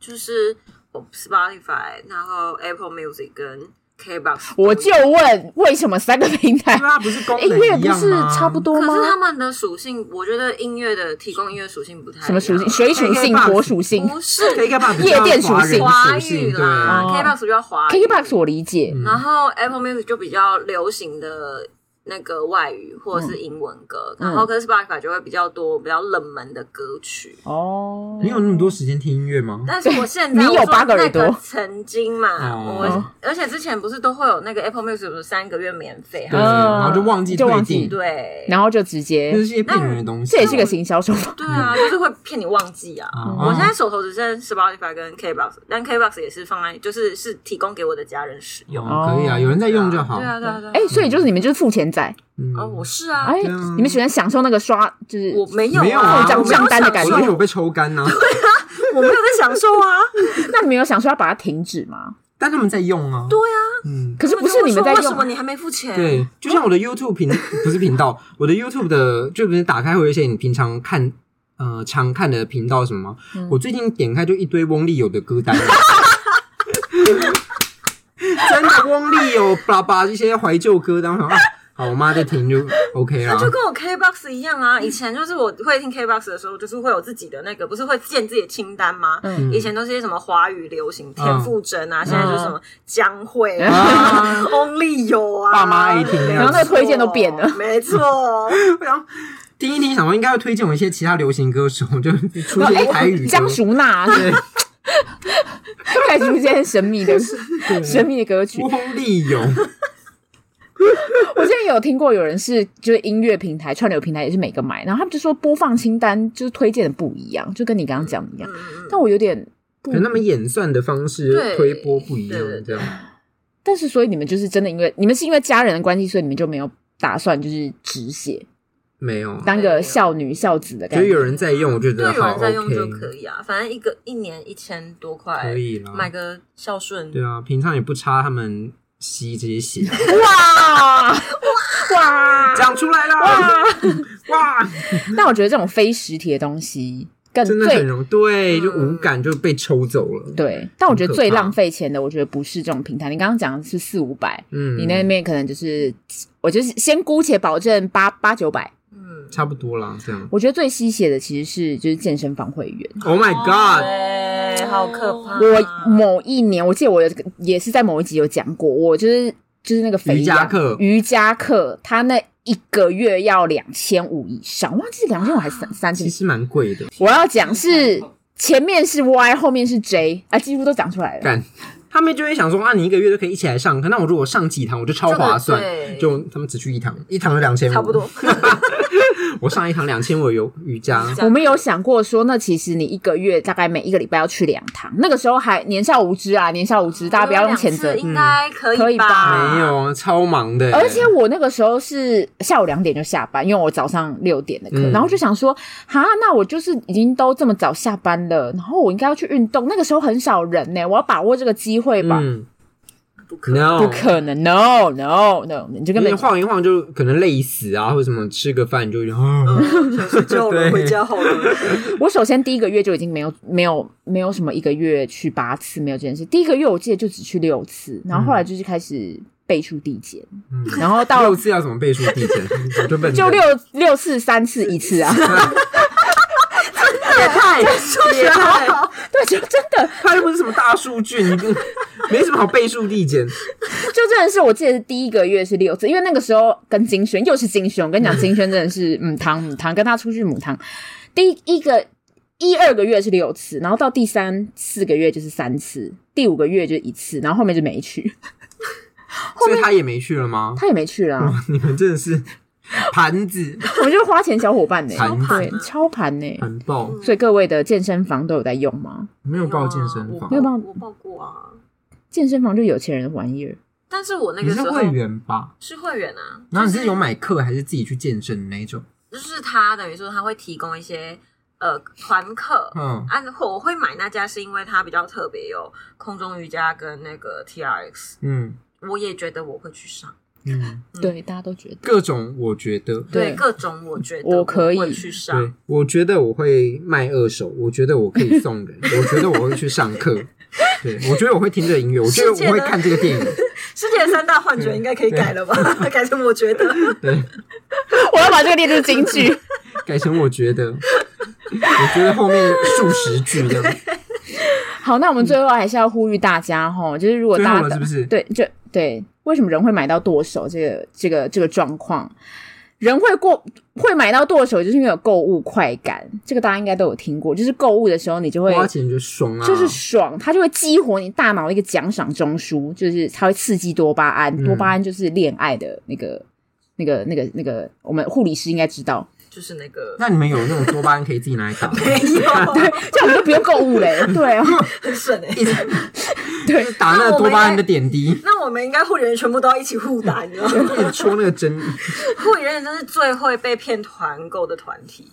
S4: 就是我 Spotify，然后 Apple Music 跟 KBox，
S2: 我就问，为什么三个平
S3: [LAUGHS]
S2: 台
S3: 对啊，不是功能
S2: 哎音乐
S3: 一
S2: 不
S3: 样
S2: 是
S3: 吗
S2: 差不多
S4: 可
S2: 吗？
S4: 是他们的属性，我觉得音乐的提供音乐属性不太一样
S2: 什么属性？水属性、
S3: KKBOX
S2: 火属性
S4: 不是
S3: 可以干嘛？
S2: 夜店属性
S4: 华
S3: 华
S4: 语
S3: 性对
S4: 啦
S2: 哦
S4: ，KBox 比较华语
S2: ？KKBOX 我理解，
S3: 嗯
S4: 然后 Apple Music 就比较流行的那个外语或者是英文歌，
S2: 嗯
S4: 然后跟 Spotify 就会比较多比较冷门的歌曲。
S2: 哦，
S3: 你有那么多时间听音乐吗？
S2: 嗯
S4: 但是我现在
S2: 你有
S4: 我说
S2: 八个耳朵
S4: 那个曾经嘛，
S3: 哦
S4: 我而且之前不是都会有那个 Apple Music 有三个月免费，
S3: 对，
S4: 还
S2: 嗯
S3: 然后就忘记
S2: 就忘
S3: 退
S2: 记
S3: 订，
S4: 对
S2: 然后就直
S3: 那
S2: 接
S3: 是，一些骗人的东西。
S2: 这也是个行销手法。
S4: 对啊，就是会骗你忘记啊。
S3: 啊
S4: 我现在手头只剩 Spotify 跟 KBox，但 KBox 也是放在就是是提供给我的家人使用。
S3: 哦可以啊，有人在用就好
S4: 对。啊对啊对啊。
S2: 哎，所以就是你们就是付钱仔，
S3: 嗯
S4: 哦，我是啊，
S2: 哎
S3: 对啊，
S2: 你们喜欢享受那个刷，就是
S4: 我没有
S3: 没有啊
S4: 啊，
S2: 账
S4: 我没有
S2: 账单的感
S3: 我
S2: 觉
S4: 享
S3: 为
S4: 受
S3: 什么被抽干啊
S4: [LAUGHS]
S3: 呢？
S4: 我没有在享受啊。
S2: [LAUGHS] 那你们有想说要把它停止吗？
S3: 但他们在用啊。
S4: 对啊，
S3: 嗯，
S2: 可是不是你们在
S4: 为什
S2: 用
S4: 么你还没付钱？，
S3: 对，就像我的 YouTube
S4: [LAUGHS]
S3: 频不是频道，我的 YouTube 的就不是打开会有一些你平常看呃常看的频道什么吗？
S4: 嗯
S3: 我最近点开就一堆翁立友的歌单。 [LAUGHS] 真的，翁立友、爸爸这些怀旧歌单，我想啊，好，我妈在听就 OK 啦
S4: 那。就跟我 KBox 一样啊。以前就是我会听 KBox 的时候，就是会有自己的那个，不是会建自己的清单吗？
S2: 嗯
S4: 以前都是一些什么华语流行，田馥甄啊，现在就是什么江蕙啊
S3: 啊、
S4: Only 有啊，
S3: 爸妈爱听
S4: 没
S3: 然后
S2: 那个推荐都变了
S4: 错没错。嗯
S3: 我想听一听，想说应该会推荐我一些其他流行歌手，就出
S4: 哦哎
S3: 现一些台语歌。
S2: 哦哎江淑娜啊
S3: 对，
S2: 开始出现神秘
S3: [LAUGHS]
S2: 的神秘的歌曲。
S3: 翁立友，
S2: 我之前有听过有人是就是音乐平台、串流平台也是每个买，然后他们就说播放清单就是推荐的不一样，就跟你刚刚讲的
S4: 嗯
S2: 一样。 [LAUGHS] 但我有点不
S3: 可能他们演算的方式
S4: 对
S3: 推播不一样
S4: 对对，
S3: 这
S4: 对
S3: 样。
S2: 但是，所以你们就是真的因为你们是因为家人的关系，所以你们就没有打算就是止血，
S3: 没有，
S2: 当个孝女孝子的
S3: 哦觉
S2: 感
S3: 得
S2: 觉。
S3: 有人在用，我就觉
S4: 对，
S3: 得
S4: 有
S3: 好
S4: 人在用就
S3: OK
S4: 可以啊，反正一个一年一千多块，
S3: 可以啦
S4: 买个孝顺。
S3: 对啊，平常也不差他们吸这些血， [LAUGHS]
S2: 哇
S3: 啊
S4: [LAUGHS]
S2: 哇！
S3: 讲出来啦！ [LAUGHS] 哇，
S2: 但我觉得这种非实体的东西更
S3: 真的很
S2: 最
S3: 容易，
S4: 嗯
S3: 对，就无感就被抽走了。，
S2: 对。但我觉得
S3: 很可怕
S2: 最浪费钱的，我觉得不是这种平台。你刚刚讲的是四五百，
S3: 嗯，
S2: 你那边可能就是，我就是先姑且保证八八九百。
S4: 嗯，
S3: 差不多啦，这样。
S2: 我觉得最吸血的其实是就是健身房会员。
S3: Oh my
S4: 哦
S3: god！
S4: 对，好可怕。
S2: 我某一年，我记得我有也是在某一集有讲过，我就是就是那个肥
S3: 瑜伽
S2: 羊
S3: 课
S2: 瑜伽课，他那一个月要两千五以上，忘记两千五还是三三千
S3: [LAUGHS] 其。实蛮贵的，
S2: 我要讲是前面是 Y，后面是 J 啊，几乎都讲出来了。
S3: 干。他们就会想说啊，你一个月都可以一起来上课，那我如果上几堂，我就超划算
S4: 真的。对
S3: 就他们只去一堂，一堂就两千五，[LAUGHS]
S4: 差不多。
S3: 我上一堂两千五有瑜伽，
S2: 我们有想过说，那其实你一个月大概每一个礼拜要去两堂，那个时候还年少无知啊，年少无知，大家不要用谴责
S4: 两次。应该可
S2: 可以
S4: 以
S2: 吧
S4: 吧？
S3: 没有啊超忙的，
S2: 啊
S3: 欸
S2: 而且我那个时候是下午两点就下班，因为我早上六点的课，
S3: 嗯
S2: 然后就想说，哈，那我就是已经都这么早下班了，然后我应该要去运动。那个时候很少人呢、我要把握这个机会吧。
S3: 嗯
S4: 不可能。
S3: ，no，
S2: 不可能，no no no，你就根
S3: 因为
S2: 本
S3: 晃一晃就可能累死啊，或者什么吃个饭就有点啊，
S4: 睡觉
S3: 对
S4: 了，回家好了。
S2: 我首先第一个月就已经没有没有没有什么一个月去八次没有这件事，第一个月我记得就只去六次，然后后来就是开始倍数递减，
S3: 嗯
S2: 然后到
S3: [LAUGHS] 六次要怎么倍数递减？我就笨，
S2: 就六六次三次一次啊， [LAUGHS]
S3: 也太数学好，
S2: 对，就真的
S3: 它又不是什么大数据，你 [LAUGHS] 不没什么好倍数递减。
S2: 就真的是，我记得是第一个月是六次，因为那个时候跟金轩又是金轩，我跟你讲，金轩真的是母汤母汤，跟他出去母汤，第一个一二个月是六次，然后到第三四个月就是三次，第五个月就一次，然后后面就没去，
S3: 所以他也没去了吗？ [LAUGHS]
S2: 他也没去啦、
S3: 哇，你们真的是盘子
S2: [LAUGHS] 我们就是花钱小伙伴呢、
S3: 盘啊子
S2: 对，超盘呢、
S3: 盘爆，
S2: 所以各位的健身房都有在用吗？
S3: 没有报健身
S4: 我
S3: 房
S2: 没，有吧
S4: 我报过啊，
S2: 健身房就有钱人的玩意儿，
S4: 但是我那
S3: 你
S4: 个时
S3: 是
S4: 候
S3: 会员吧？
S4: 是会员啊，
S3: 然后你是有
S4: 就是
S3: 买课还是自己去健身的那一种？
S4: 就是他等于说他会提供一些呃团课。
S3: 嗯，
S4: 啊，我会买那家是因为它比较特别，有空中瑜伽跟那个 T R X，
S3: 嗯
S4: 我也觉得我会去上。
S3: 嗯，
S4: 嗯
S2: 对，大家都觉得
S3: 各种我觉得，
S2: 对
S4: 各种我觉得
S2: 我可以
S4: 会去上
S3: 对。，我觉得我会卖二手，我觉得我可以送人，我觉得我会去上课，对我觉得我会听这个音乐，我觉得
S4: 世界的
S3: 我会看这个电影，
S4: 世界三大幻觉应该可以改了吧？ [LAUGHS] 改成我觉得。
S3: 对，
S2: [LAUGHS] 我要把这个列入金
S3: [LAUGHS]
S2: 句。
S3: 改成我觉得，我觉得后面数十句这样，
S2: 好，那我们最后还是要呼吁大家哈，就是如果
S3: 最
S2: 大家
S3: 后了
S2: 的
S3: 是不是？
S2: 对，就对，为什么人会买到剁手这个这个这个状况？人会过会买到剁手，就是因为有购物快感，这个大家应该都有听过。就是购物的时候，你就会
S3: 花钱就爽啊，
S2: 就是爽，它就会激活你大脑的一个奖赏中枢，就是它会刺激多巴胺，
S3: 嗯
S2: 多巴胺就是恋爱的那个、那个、那个、那个，我们护理师应该知道， [LAUGHS]
S4: 就是那
S3: [LAUGHS] [LAUGHS]
S4: 个
S3: 那你们有那种多巴胺可以自己拿来打吗？
S4: 有
S2: 这样我们就不用购物
S3: [LAUGHS]
S2: 嘞。对啊，
S4: [LAUGHS] 很顺哎、
S3: 一直
S2: 对
S3: 就是打那个多巴胺的点
S4: [LAUGHS]
S3: 滴，
S4: 那我们应该护理人全部都要一起
S3: [LAUGHS]
S4: 互打，你知道吗？
S3: 一直戳那个针。
S4: 护理人真是最会被骗团购的团体，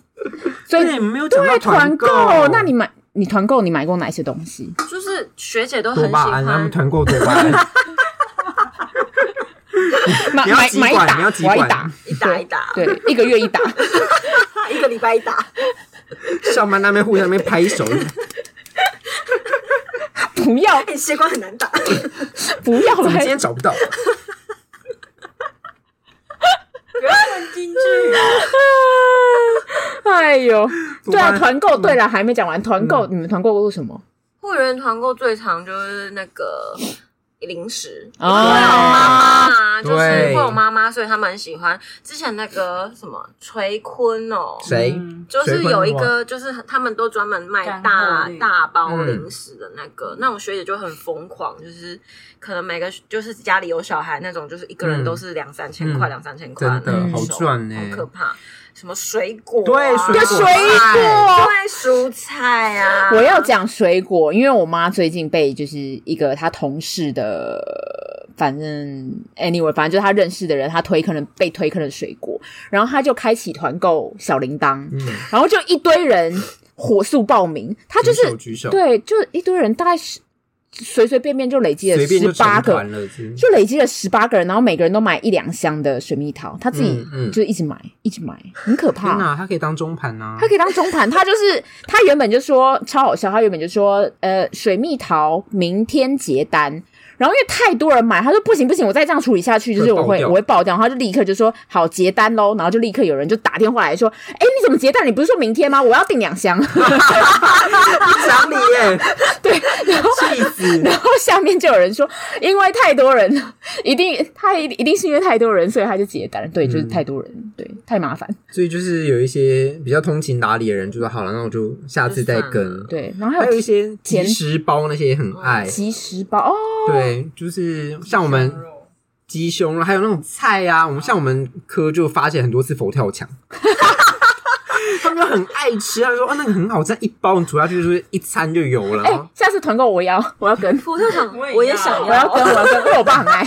S2: 所以
S3: 对，没有讲到
S2: 对团
S3: 购，
S2: 那你买你团购你买过哪些东西？
S4: 就是学姐都很
S3: 多
S4: 喜
S3: 巴胺，他们
S4: 欢。
S3: 团购多巴胺，
S2: 买
S3: [LAUGHS] 你要
S2: 买
S3: 几
S2: 买一
S3: 管
S2: 打，
S3: 你要几
S2: 我要一
S3: 管
S2: 打，
S4: 一打一打，
S2: 对，一个月
S3: [LAUGHS]
S2: 一打。
S4: 一个礼拜一打， [LAUGHS]
S3: 上班那边互相那边拍手，
S2: 不要
S4: 哎，血管很难打。
S2: 不要
S3: 怎么今
S2: 来
S3: 天找不到？
S4: 京 [LAUGHS] 剧，
S2: [LAUGHS] 哎呦，
S3: 多
S2: 对
S3: 巴
S2: 啊，
S3: 胺
S2: 团购，对了，还没讲完，团
S3: 嗯
S2: 购，你们团购过什么？
S4: 护理人团购最常就是那个零食，
S3: 啊
S2: 哦
S4: 会有妈妈啊，就是
S3: 对
S4: 会有妈妈，所以他们很喜欢。之前那个什么垂坤哦，
S3: 谁？
S1: 嗯
S4: 就是有一个，就是他们都专门卖
S1: 干货
S4: 大
S1: 类
S4: 大包
S3: 嗯
S4: 零食的那个，那种学姐就很疯狂，就是可能每个就是家里有小孩那种，就是一个人
S3: 嗯
S4: 都是两三千块，
S3: 嗯
S4: 两三千块
S3: 真
S4: 那
S3: 的
S4: 种，
S3: 好赚呢、
S4: 好可怕！什么水果啊，
S3: 对
S2: 对，
S3: 水
S2: 水
S3: 果
S2: 果。啊
S4: 对蔬菜啊，
S2: 我要讲水果，因为我妈最近被就是一个她同事的，反正 anyway，反正就是她认识的人，她推坑了被推坑了水果，然后她就开启团购小铃铛，
S3: 嗯，
S2: 然后就一堆人火速报名，她就
S3: 举手
S2: 是
S3: 举手，
S2: 对，就一堆人大概是随随便便就累积了
S3: 随便
S2: 十
S3: 就
S2: 八
S3: 成
S2: 个
S3: 团，了，真的
S2: 就累积了十八个人，然后每个人都买一两箱的水蜜桃，她自己
S3: 嗯嗯
S2: 就一直买，一直买，很可怕。
S3: 天哪，它可以当中盘呐、啊
S2: 他，可以当中盘，他就是他原本就说超好笑，他原本就说呃水蜜桃明天结单，然后因为太多人买，他说不行不行，我再这样处理下去，就是我
S3: 会爆
S2: 会
S3: 掉
S2: 我会爆掉，然后他就立刻就说好结单喽，然后就立刻有人就打电话来说，哎你怎么结单？你不是说明天吗？我要订两
S3: [LAUGHS]
S2: 箱，
S3: 不
S2: 啊
S3: 讲理耶、
S2: [LAUGHS] 对，然后。
S3: 气死！
S2: 然后下面就有人说，因为太多人，一定他一一定是因为太多人，所以他就结单。对，就是
S3: 嗯
S2: 太多人，对，太麻烦。
S3: 所以就是有一些比较通情达理的人，就说好了，那我就下次再
S4: 就算
S3: 跟
S4: 了。
S2: 啊对，然后
S3: 还
S2: 还
S3: 有
S2: 有
S3: 一些即食包那些也很爱，
S2: 即时包哦，
S3: 对，就是像我们鸡胸，还有那种菜啊，我
S2: 嗯
S3: 们像我们科就发现很多次佛跳
S2: [LAUGHS]
S3: 墙，他们就很爱吃，他就说啊那个很好吃，一包你煮下去就是一餐就有了。
S2: 哎、下次团购我也要，我要跟。
S4: 佛跳墙，
S1: 我也
S4: 我也
S1: 要
S4: 想
S2: 我要跟我要跟，因为我爸
S3: [LAUGHS]
S2: 很爱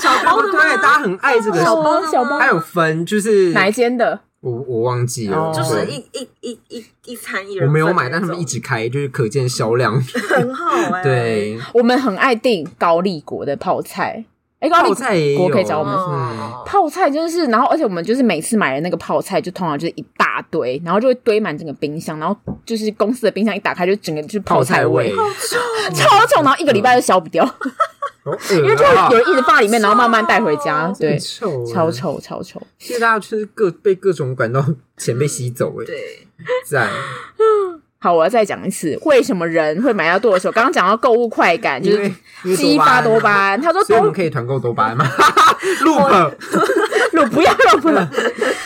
S4: 小包的
S3: 对，大家很爱这个。
S2: 小包
S4: 的吗
S2: 小包
S3: 还有分就是
S2: 哪一间的？
S3: 我我忘记了，
S2: 哦
S4: 就是
S3: 对
S4: 一一一一一餐一人
S3: 我
S4: 份
S3: 没
S4: 那种，
S3: 有买，但他们一直开，就是可见销量。
S4: 很好
S3: [LAUGHS]
S4: 哎，，
S3: 对，
S2: 我们很爱订高丽国的泡菜，哎、高丽
S3: 泡菜也有
S2: 国可以找我们。
S3: 嗯
S4: 哦，
S2: 泡菜真的是，然后而且我们就是每次买的那个泡菜，就通常就是一大堆，然后就会堆满整个冰箱，然后就是公司的冰箱一打开，就整个就是
S3: 泡
S2: 菜
S3: 菜味，
S4: [LAUGHS]
S2: 超重，然后一个礼拜就消
S3: [LAUGHS]
S2: 不掉，
S3: 好
S2: 因为就
S3: 恶啊
S2: 有人一直放在里面，然后慢慢带回家，对
S3: 很，臭啊，
S2: 超臭超臭。
S3: 其实大家就是各被各种管道 [LAUGHS] 钱被吸走、欸，哎、
S4: 对，
S2: [LAUGHS]
S3: 赞！
S2: 好，我要再讲一次，为什么人会买到剁手？刚刚讲到购物快感，就
S3: 因
S2: 是
S3: 为因为
S2: 激发多巴
S3: 胺，
S2: 胺。他说
S3: 所以我
S2: 多 [LAUGHS]
S3: 们可以团购多巴胺吗？loop
S2: 鲁不要了，不要。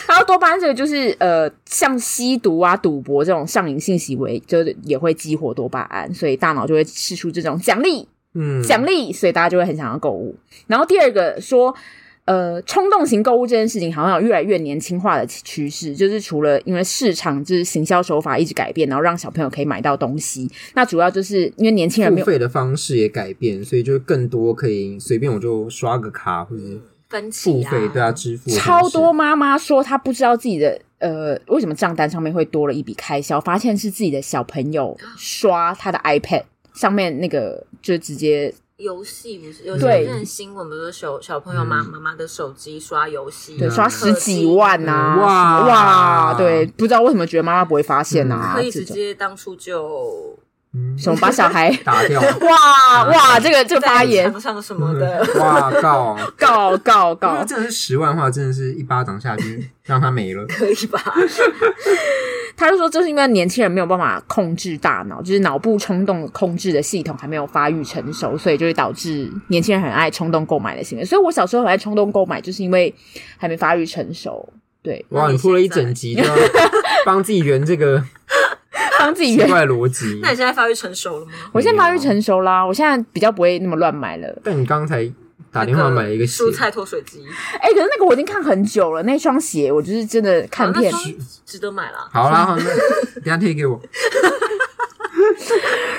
S2: 然后多巴胺这个就是呃，像吸毒啊、赌博这种上瘾性行为，就是也会激活多巴胺，所以大脑就会释出这种奖励、
S3: 嗯，
S2: 奖励，所以大家就会很想要购物。然后第二个说，呃，冲动型购物这件事情好像有越来越年轻化的趋势，就是除了因为市场就是行销手法一直改变，然后让小朋友可以买到东西，那主要就是因为年轻人没
S3: 付
S2: 有
S3: 费的方式也改变，所以就更多可以随便我就刷个卡或者是
S4: 分
S3: 付
S4: 嗯期啊，
S3: 费，对啊，支付的方
S2: 超
S3: 式
S2: 多妈妈说她不知道自己的呃为什么账单上面会多了一笔开销，发现是自己的小朋友刷他的 iPad 上面那个就直接
S4: 游戏不是有
S2: 对
S4: 些人新闻不是小小朋友妈
S3: 嗯
S4: 妈妈的手机刷游戏，
S2: 对
S3: 嗯
S2: 刷十几万呐、
S3: 嗯哇
S2: 什么哇，对，不知道为什么觉得妈妈不会发现啊，
S4: 可以
S2: 这
S4: 直
S2: 种
S4: 接当初就
S3: 嗯
S2: 什么把小
S4: [LAUGHS]
S2: 孩
S3: 打掉，
S2: 哇哇这个这个
S4: 在
S2: 发言嗯
S4: 场上什么的， [LAUGHS]
S3: 嗯哇靠！
S2: 告告
S3: 如果
S2: 告，
S3: 真的是十万的话，真的是一巴掌下去让他没了。
S4: 可以吧？
S2: 他就说就是因为年轻人没有办法控制大脑，就是脑部冲动控制的系统还没有发育成熟，所以就会导致年轻人很爱冲动购买的行为。所以我小时候很爱冲动购买，就是因为还没发育成熟。
S4: [LAUGHS]
S2: 对，
S3: 哇，
S4: 那
S3: 你
S4: 你
S3: 铺了一
S4: 现在
S3: 整集，就要帮自己圆这个
S2: 帮自己
S3: 奇
S2: 圆。
S3: 怪的逻辑
S4: [LAUGHS] 那。你现在发育成熟了吗？
S2: 我现在发育成熟啦，我现在比较不会那么乱买了。
S3: 但你刚才打电话买了一个鞋
S4: 蔬，菜脱水机，
S2: 哎、可是那个我已经看很久了，那双鞋我就是真的看
S4: 啊好那
S2: 片。
S4: 双值得买啦。
S3: 好啦，好，那等一下贴给我。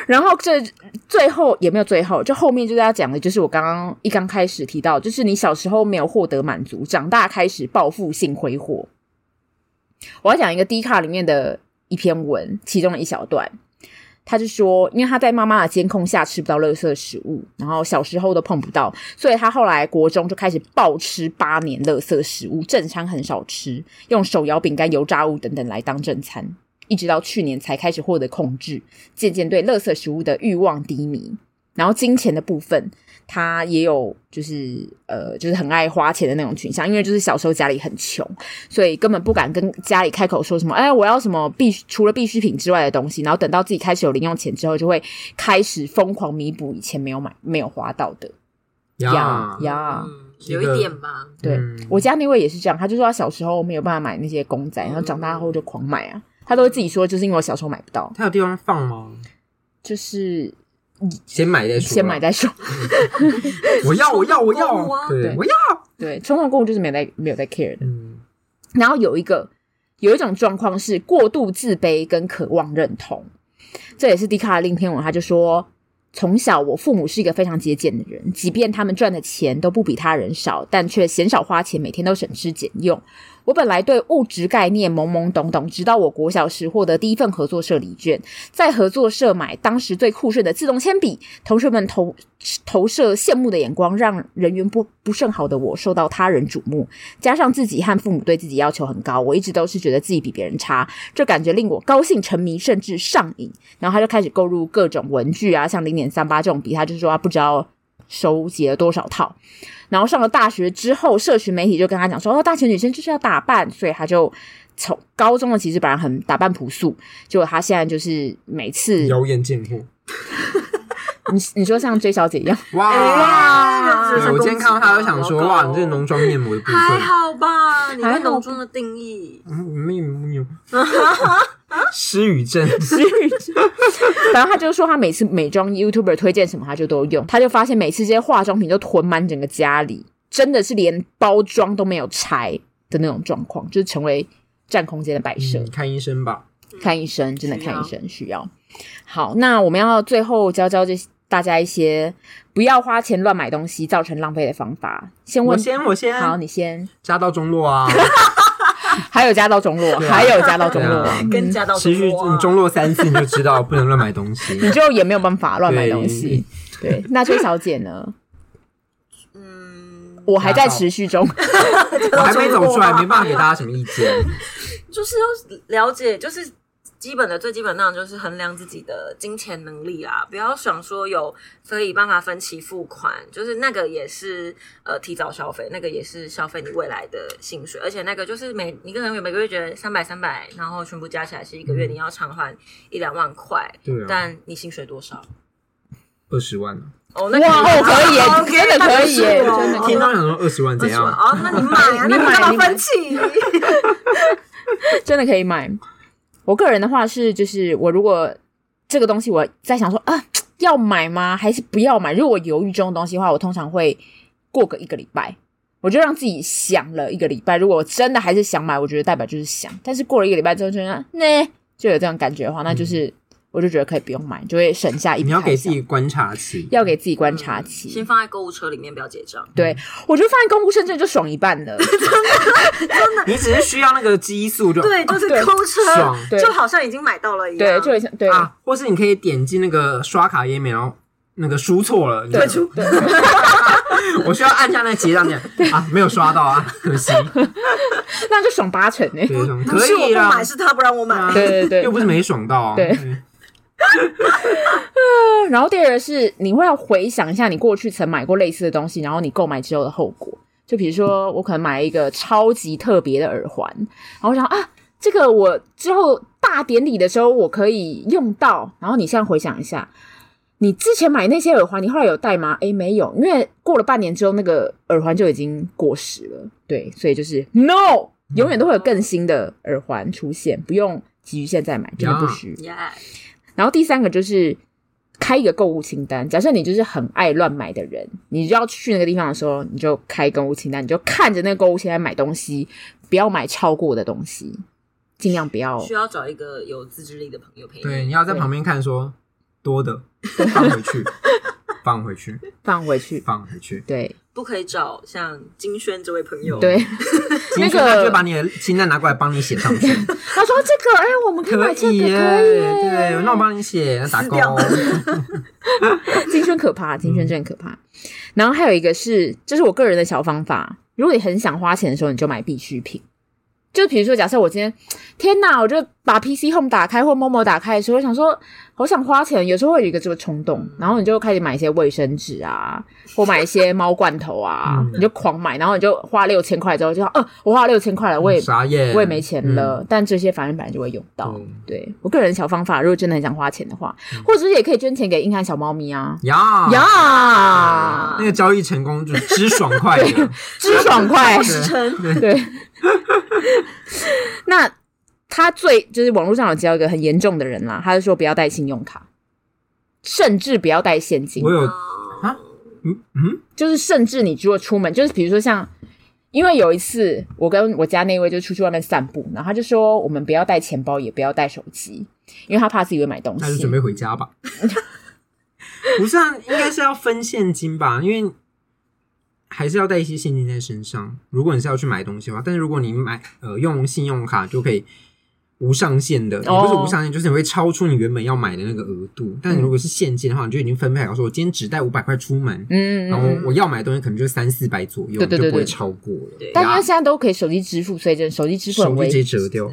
S2: 然后这最后也没有最后，就后面就是要讲的，就是我刚刚一刚开始提到，就是你小时候没有获得满足，长大开始报复性挥霍。我要讲一个 D 卡里面的一篇文，其中的一小段，他就说，因为他在妈妈的监控下吃不到垃圾食物，然后小时候都碰不到，所以他后来国中就开始暴吃八年垃圾食物，正餐很少吃，用手摇饼干、油炸物等等来当正餐，一直到去年才开始获得控制。渐渐对垃圾食物的欲望低迷。然后金钱的部分，他也有就是呃，就是很爱花钱的那种倾向，因为就是小时候家里很穷，所以根本不敢跟家里开口说什么，哎，我要什么必除了必需品之外的东西。然后等到自己开始有零用钱之后，就会开始疯狂弥补以前没有买、没有花到的呀
S3: 呀，
S2: 呀。
S4: 嗯，
S3: 这
S4: 有
S3: 个
S4: 一点吧。
S2: 对、
S3: 啊嗯
S2: 我家那位也是这样，他就说他小时候没有办法买那些公仔，然后长大后就狂买啊。他都会自己说，就是因为我小时候买不到，
S3: 它有地方放吗？
S2: 就是
S3: 先买再说。
S2: 先买。再说。
S3: 我要，我要，我
S4: 购物
S3: 要。
S4: 啊
S3: 对
S2: 对，
S3: 我要。
S2: 对，冲动购物就是没有在没有在 care 的。
S3: 嗯，
S2: 然后有一个有一种状况是过度自卑跟渴望认同，这也是迪卡的另一篇文，他就说。从小，我父母是一个非常节俭的人，即便他们赚的钱都不比他人少，但却鲜少花钱，每天都省吃俭用。我本来对物质概念懵懵懂懂，直到我国小时获得第一份合作社礼券，在合作社买当时最酷炫的自动铅笔，同学们投投射羡慕的眼光，让人缘不不甚好的我受到他人瞩目。加上自己和父母对自己要求很高，我一直都是觉得自己比别人差，这感觉令我高兴、沉迷，甚至上瘾。然后他就开始购入各种文具啊，像零点三八这种笔，他就说他不知道收集了多少套。然后上了大学之后，社群媒体就跟他讲说，哦，大学女生就是要打扮，所以他就从高中的其实本来很打扮朴素，结果他现在就是每次
S3: 妖艳贱货。
S2: 你你说像 J 小姐一样，
S4: 哎
S3: 哇！
S2: 哎
S4: 哇
S3: 对我今天看到
S4: 啊
S3: 他，就想说，哇，你这浓妆艳抹的部
S4: 哦还
S3: 分，
S4: 好吧？你
S2: 还好
S4: 对
S2: 吧
S4: 浓妆的定义，
S3: 嗯，没有没有， [LAUGHS] 失语症，
S2: 然后他就说他每次美妆 YouTuber 推荐什么，他就都用，他就发现每次这些化妆品都囤满整个家里，真的是连包装都没有拆的那种状况，就是成为占空间的摆设。
S3: 嗯看医生吧。
S2: 看医生，真的
S4: 需要
S2: 看医生需要。好，那我们要最后教教这大家一些不要花钱乱买东西造成浪费的方法。先
S3: 我
S2: 问，
S3: 先，我先，
S2: 好，你先。
S3: 加到中落啊，
S2: 还有家道中落，
S3: 对啊
S2: 还有家道中落，
S3: 对啊
S4: 跟家道
S3: 持续
S4: 中啊
S3: 你中落三次你就知道不能乱买东西。
S2: [LAUGHS] 你就也没有办法乱买东西。对，那崔小姐呢？
S3: [LAUGHS]
S4: 嗯，
S2: 我还在持续中。
S3: 我还没走出来，
S4: 中落啊
S3: 没办法给大家什么意见。
S4: 就是要了解，就是基本的最基本那样，就是衡量自己的金钱能力啊，不要想说有可以办法分期付款，就是那个也是呃提早消费，那个也是消费你未来的薪水，而且那个就是每你可能每个月觉得三百三百，然后全部加起来是一个月你要偿还一两万块，
S3: 对啊，
S4: 但你薪水多少？
S3: 二十万啊！
S4: 哦，那
S2: 哇，哦，可以耶，
S4: 好
S2: 真的可以耶，
S4: 那不是我
S2: 真的可以
S3: 听，到想说二十万怎
S4: 20万
S3: 样？
S4: 哦，那你买啊，
S2: 你
S4: 那
S2: 买
S4: 干
S2: 你
S4: 嘛
S2: 买
S4: 分期？
S2: 真的可以买。我个人的话是，就是我如果这个东西我在想说啊，要买吗？还是不要买？如果我犹豫这种东西的话，我通常会过个一个礼拜，我就让自己想了一个礼拜。如果我真的还是想买，我觉得代表就是想。但是过了一个礼拜之后，就觉得呢，就有这种感觉的话，那就是、我就觉得可以不用买，就会省下一笔
S3: 嗯
S2: 开
S3: 你
S2: 销。
S3: 要给自己嗯观察期，
S2: 要给自己观察期，
S4: 先放在购物车里面，不要结账。
S2: 我觉得放在公务身证就爽一半
S3: [LAUGHS]
S2: 了。
S3: 你只是需要那个激素就
S4: 对，就是
S2: 对
S4: 购物
S3: 爽
S4: 车，
S2: 对
S4: 就好像已经买到了一
S2: 对，
S4: 样。
S2: 就很像对、
S3: 啊，或是你可以点击那个刷卡页面，然后那个输错了，你
S2: 对
S3: 就
S2: 对，
S3: [LAUGHS] 我需要按下那个结账键啊，没有刷到啊，可惜。
S2: 那就爽八成呢、欸
S3: 对，这种
S4: 不
S3: 可
S4: 是我
S3: 以啊
S4: 不
S3: 啦
S4: 买，，是他不让我 [LAUGHS] 买。
S2: 对对对，
S3: 又不是没爽到啊。
S2: 对，然后第二个是你会要回想一下你过去曾买过类似的东西，然后你购买之后的后果。就比如说，我可能买了一个超级特别的耳环，然后我想啊，这个我之后大典礼的时候我可以用到。然后你现在回想一下，你之前买那些耳环，你后来有戴吗？诶，没有，因为过了半年之后，那个耳环就已经过时了。对，所以就是 no，永远都会有更新的耳环出现，不用急于现在买，真的不
S3: 呀
S2: 需要。
S4: Yeah，
S2: 然后第三个就是开一个购物清单。假设你就是很爱乱买的人，你就要去那个地方的时候，你就开购物清单，你就看着那个购物清单买东西，不要买超过的东西，尽量不要。
S4: 需要找一个有自制力的朋友陪
S3: 对，
S4: 你。
S3: 你要在旁边看说多的放回去，放回去，
S2: 放回去。
S3: 放回去。
S2: 对
S4: 不可以找像金轩这位朋友。
S2: 对，那个
S3: 金轩他就会把你的清单拿过来帮你写上
S2: [LAUGHS]
S3: 去，
S2: 他说这个，哎，我们可以买这个，可以
S3: 耶，
S2: 耶
S3: 对，那我帮你写，那打勾。
S2: [LAUGHS] 金圈可
S3: 嗯
S2: 怕，金圈真的可怕。然后还有一个是，这是我个人的小方法，如果你很想花钱的时候，你就买必需品。就比如说，假设我今天，天哪，我就把 PC Home 打开或 Momo 打开的时候，我想说，好想花钱，有时候会有一个这个冲
S3: 嗯
S2: 动，然后你就开始买一些卫生纸啊，或买一些猫罐头啊，
S3: 嗯
S2: 你就狂买，然后你就花六千块之后就说，呃，我花六千块 [LAUGHS] 了，我也
S3: 傻眼，
S2: 我也没钱了，
S3: 嗯。
S2: 但这些反正本来就会用到。
S3: 嗯
S2: 对我个人小方法，如果真的很想花钱的话，或者是也可以捐钱给硬汉小猫咪啊，
S3: 嗯呀
S2: 呀，
S3: 那个交易成功就之爽快的，
S2: 之爽快，
S3: 对
S2: [LAUGHS] 对。那他最就是网络上有接到一个很严重的人啦，他就说不要带信用卡，甚至不要带现金
S3: 我，有
S4: 啊，
S3: 嗯嗯，
S2: 就是甚至你如果出门，就是比如说像。因为有一次，我跟我家那位就出去外面散步，然后他就说我们不要带钱包，也不要带手机，因为他怕自己会买东
S3: 那就
S2: 西。
S3: 准备回家吧。 [LAUGHS] 不是啊，应该是要分现金吧，因为还是要带一些现金在身上。如果你是要去买东西的话，但是如果你买呃用信用卡就可以无上限的，也不是
S2: 哦
S3: 无上限，就是你会超出你原本要买的那个额度。但你如果是现金的话，你就已经分配好，说我今天只带五百块出门，
S2: 嗯，嗯
S3: 然后
S2: 嗯
S3: 我要买的东西可能就三四百左右，
S2: 对对对
S3: 就不
S2: 对
S3: 会超过了。
S4: 对
S2: 但因为现在都可以手机支付，所以这手机支付
S3: 手
S2: 很
S3: 机
S2: 危
S3: 直接
S2: [LAUGHS]
S3: 折掉。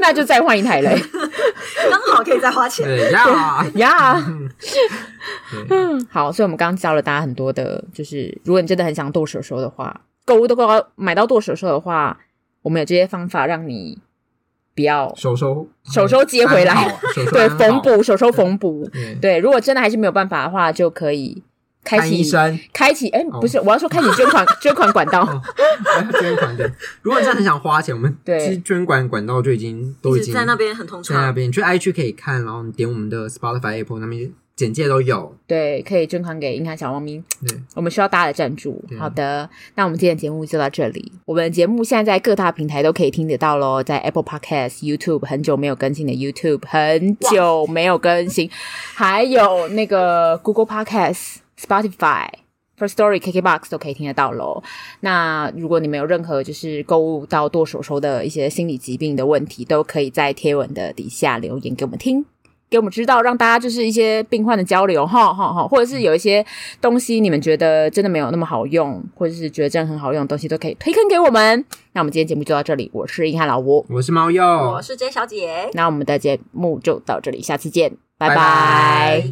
S2: 那就再换一台嘞
S4: 刚好可以再花钱。
S3: 对呀，
S2: 呀。
S3: 嗯对
S2: 嗯，好，所以我们刚刚教了大家很多的，就是如果你真的很想剁手手的话，购物都购到买到剁手手的话，我们有这些方法让你不要
S3: 手收
S2: 手收接回来
S3: 安好，手收
S2: 对
S3: 安好
S2: 缝补手手缝补。
S3: 对
S2: 对，如果真的还是没有办法的话，就可以开
S3: 看医
S2: 启
S3: 生，
S2: 开启，哎，
S3: 哦
S2: 不是，我要说开启捐
S3: [LAUGHS]
S2: 款捐款管道，
S3: 捐款对。如果你真的很想花钱，我们
S2: 对
S3: 其实捐款管道就已经都已
S4: 一直
S3: 经
S4: 在那，边很通
S3: 在那
S4: 畅。
S3: 边。你去 i 区可以看，然后你点我们的 Spotify、Apple 那边简介都有。
S2: 对，可以捐款给硬汉小猫咪。
S3: 对，
S2: 我们需要大家的赞助。
S3: 对啊
S2: 好的，那我们今天的节目就到这里。我们的节目现在在各大平台都可以听得到喽，在 Apple Podcast、YouTube 很久没有更新的 YouTube，很久没有更新，还有那个 Google Podcast、Spotify。First Story、KKBox 都可以听得到喽。那如果你们有任何就是购物到剁手手的一些心理疾病的问题，都可以在贴文的底下留言给我们听。给我们知道，让大家就是一些病患的交流，哈哈哈，或者是有一些东西你们觉得真的没有那么好用，或者是觉得真的很好用的东西，都可以推坑给我们。那我们今天节目就到这里，我是硬汉老吴，
S3: 我是猫
S4: 我
S3: 鼬，
S4: 是 J 小姐，
S2: 那我们的节目就到这里，下次见，拜拜
S3: 拜拜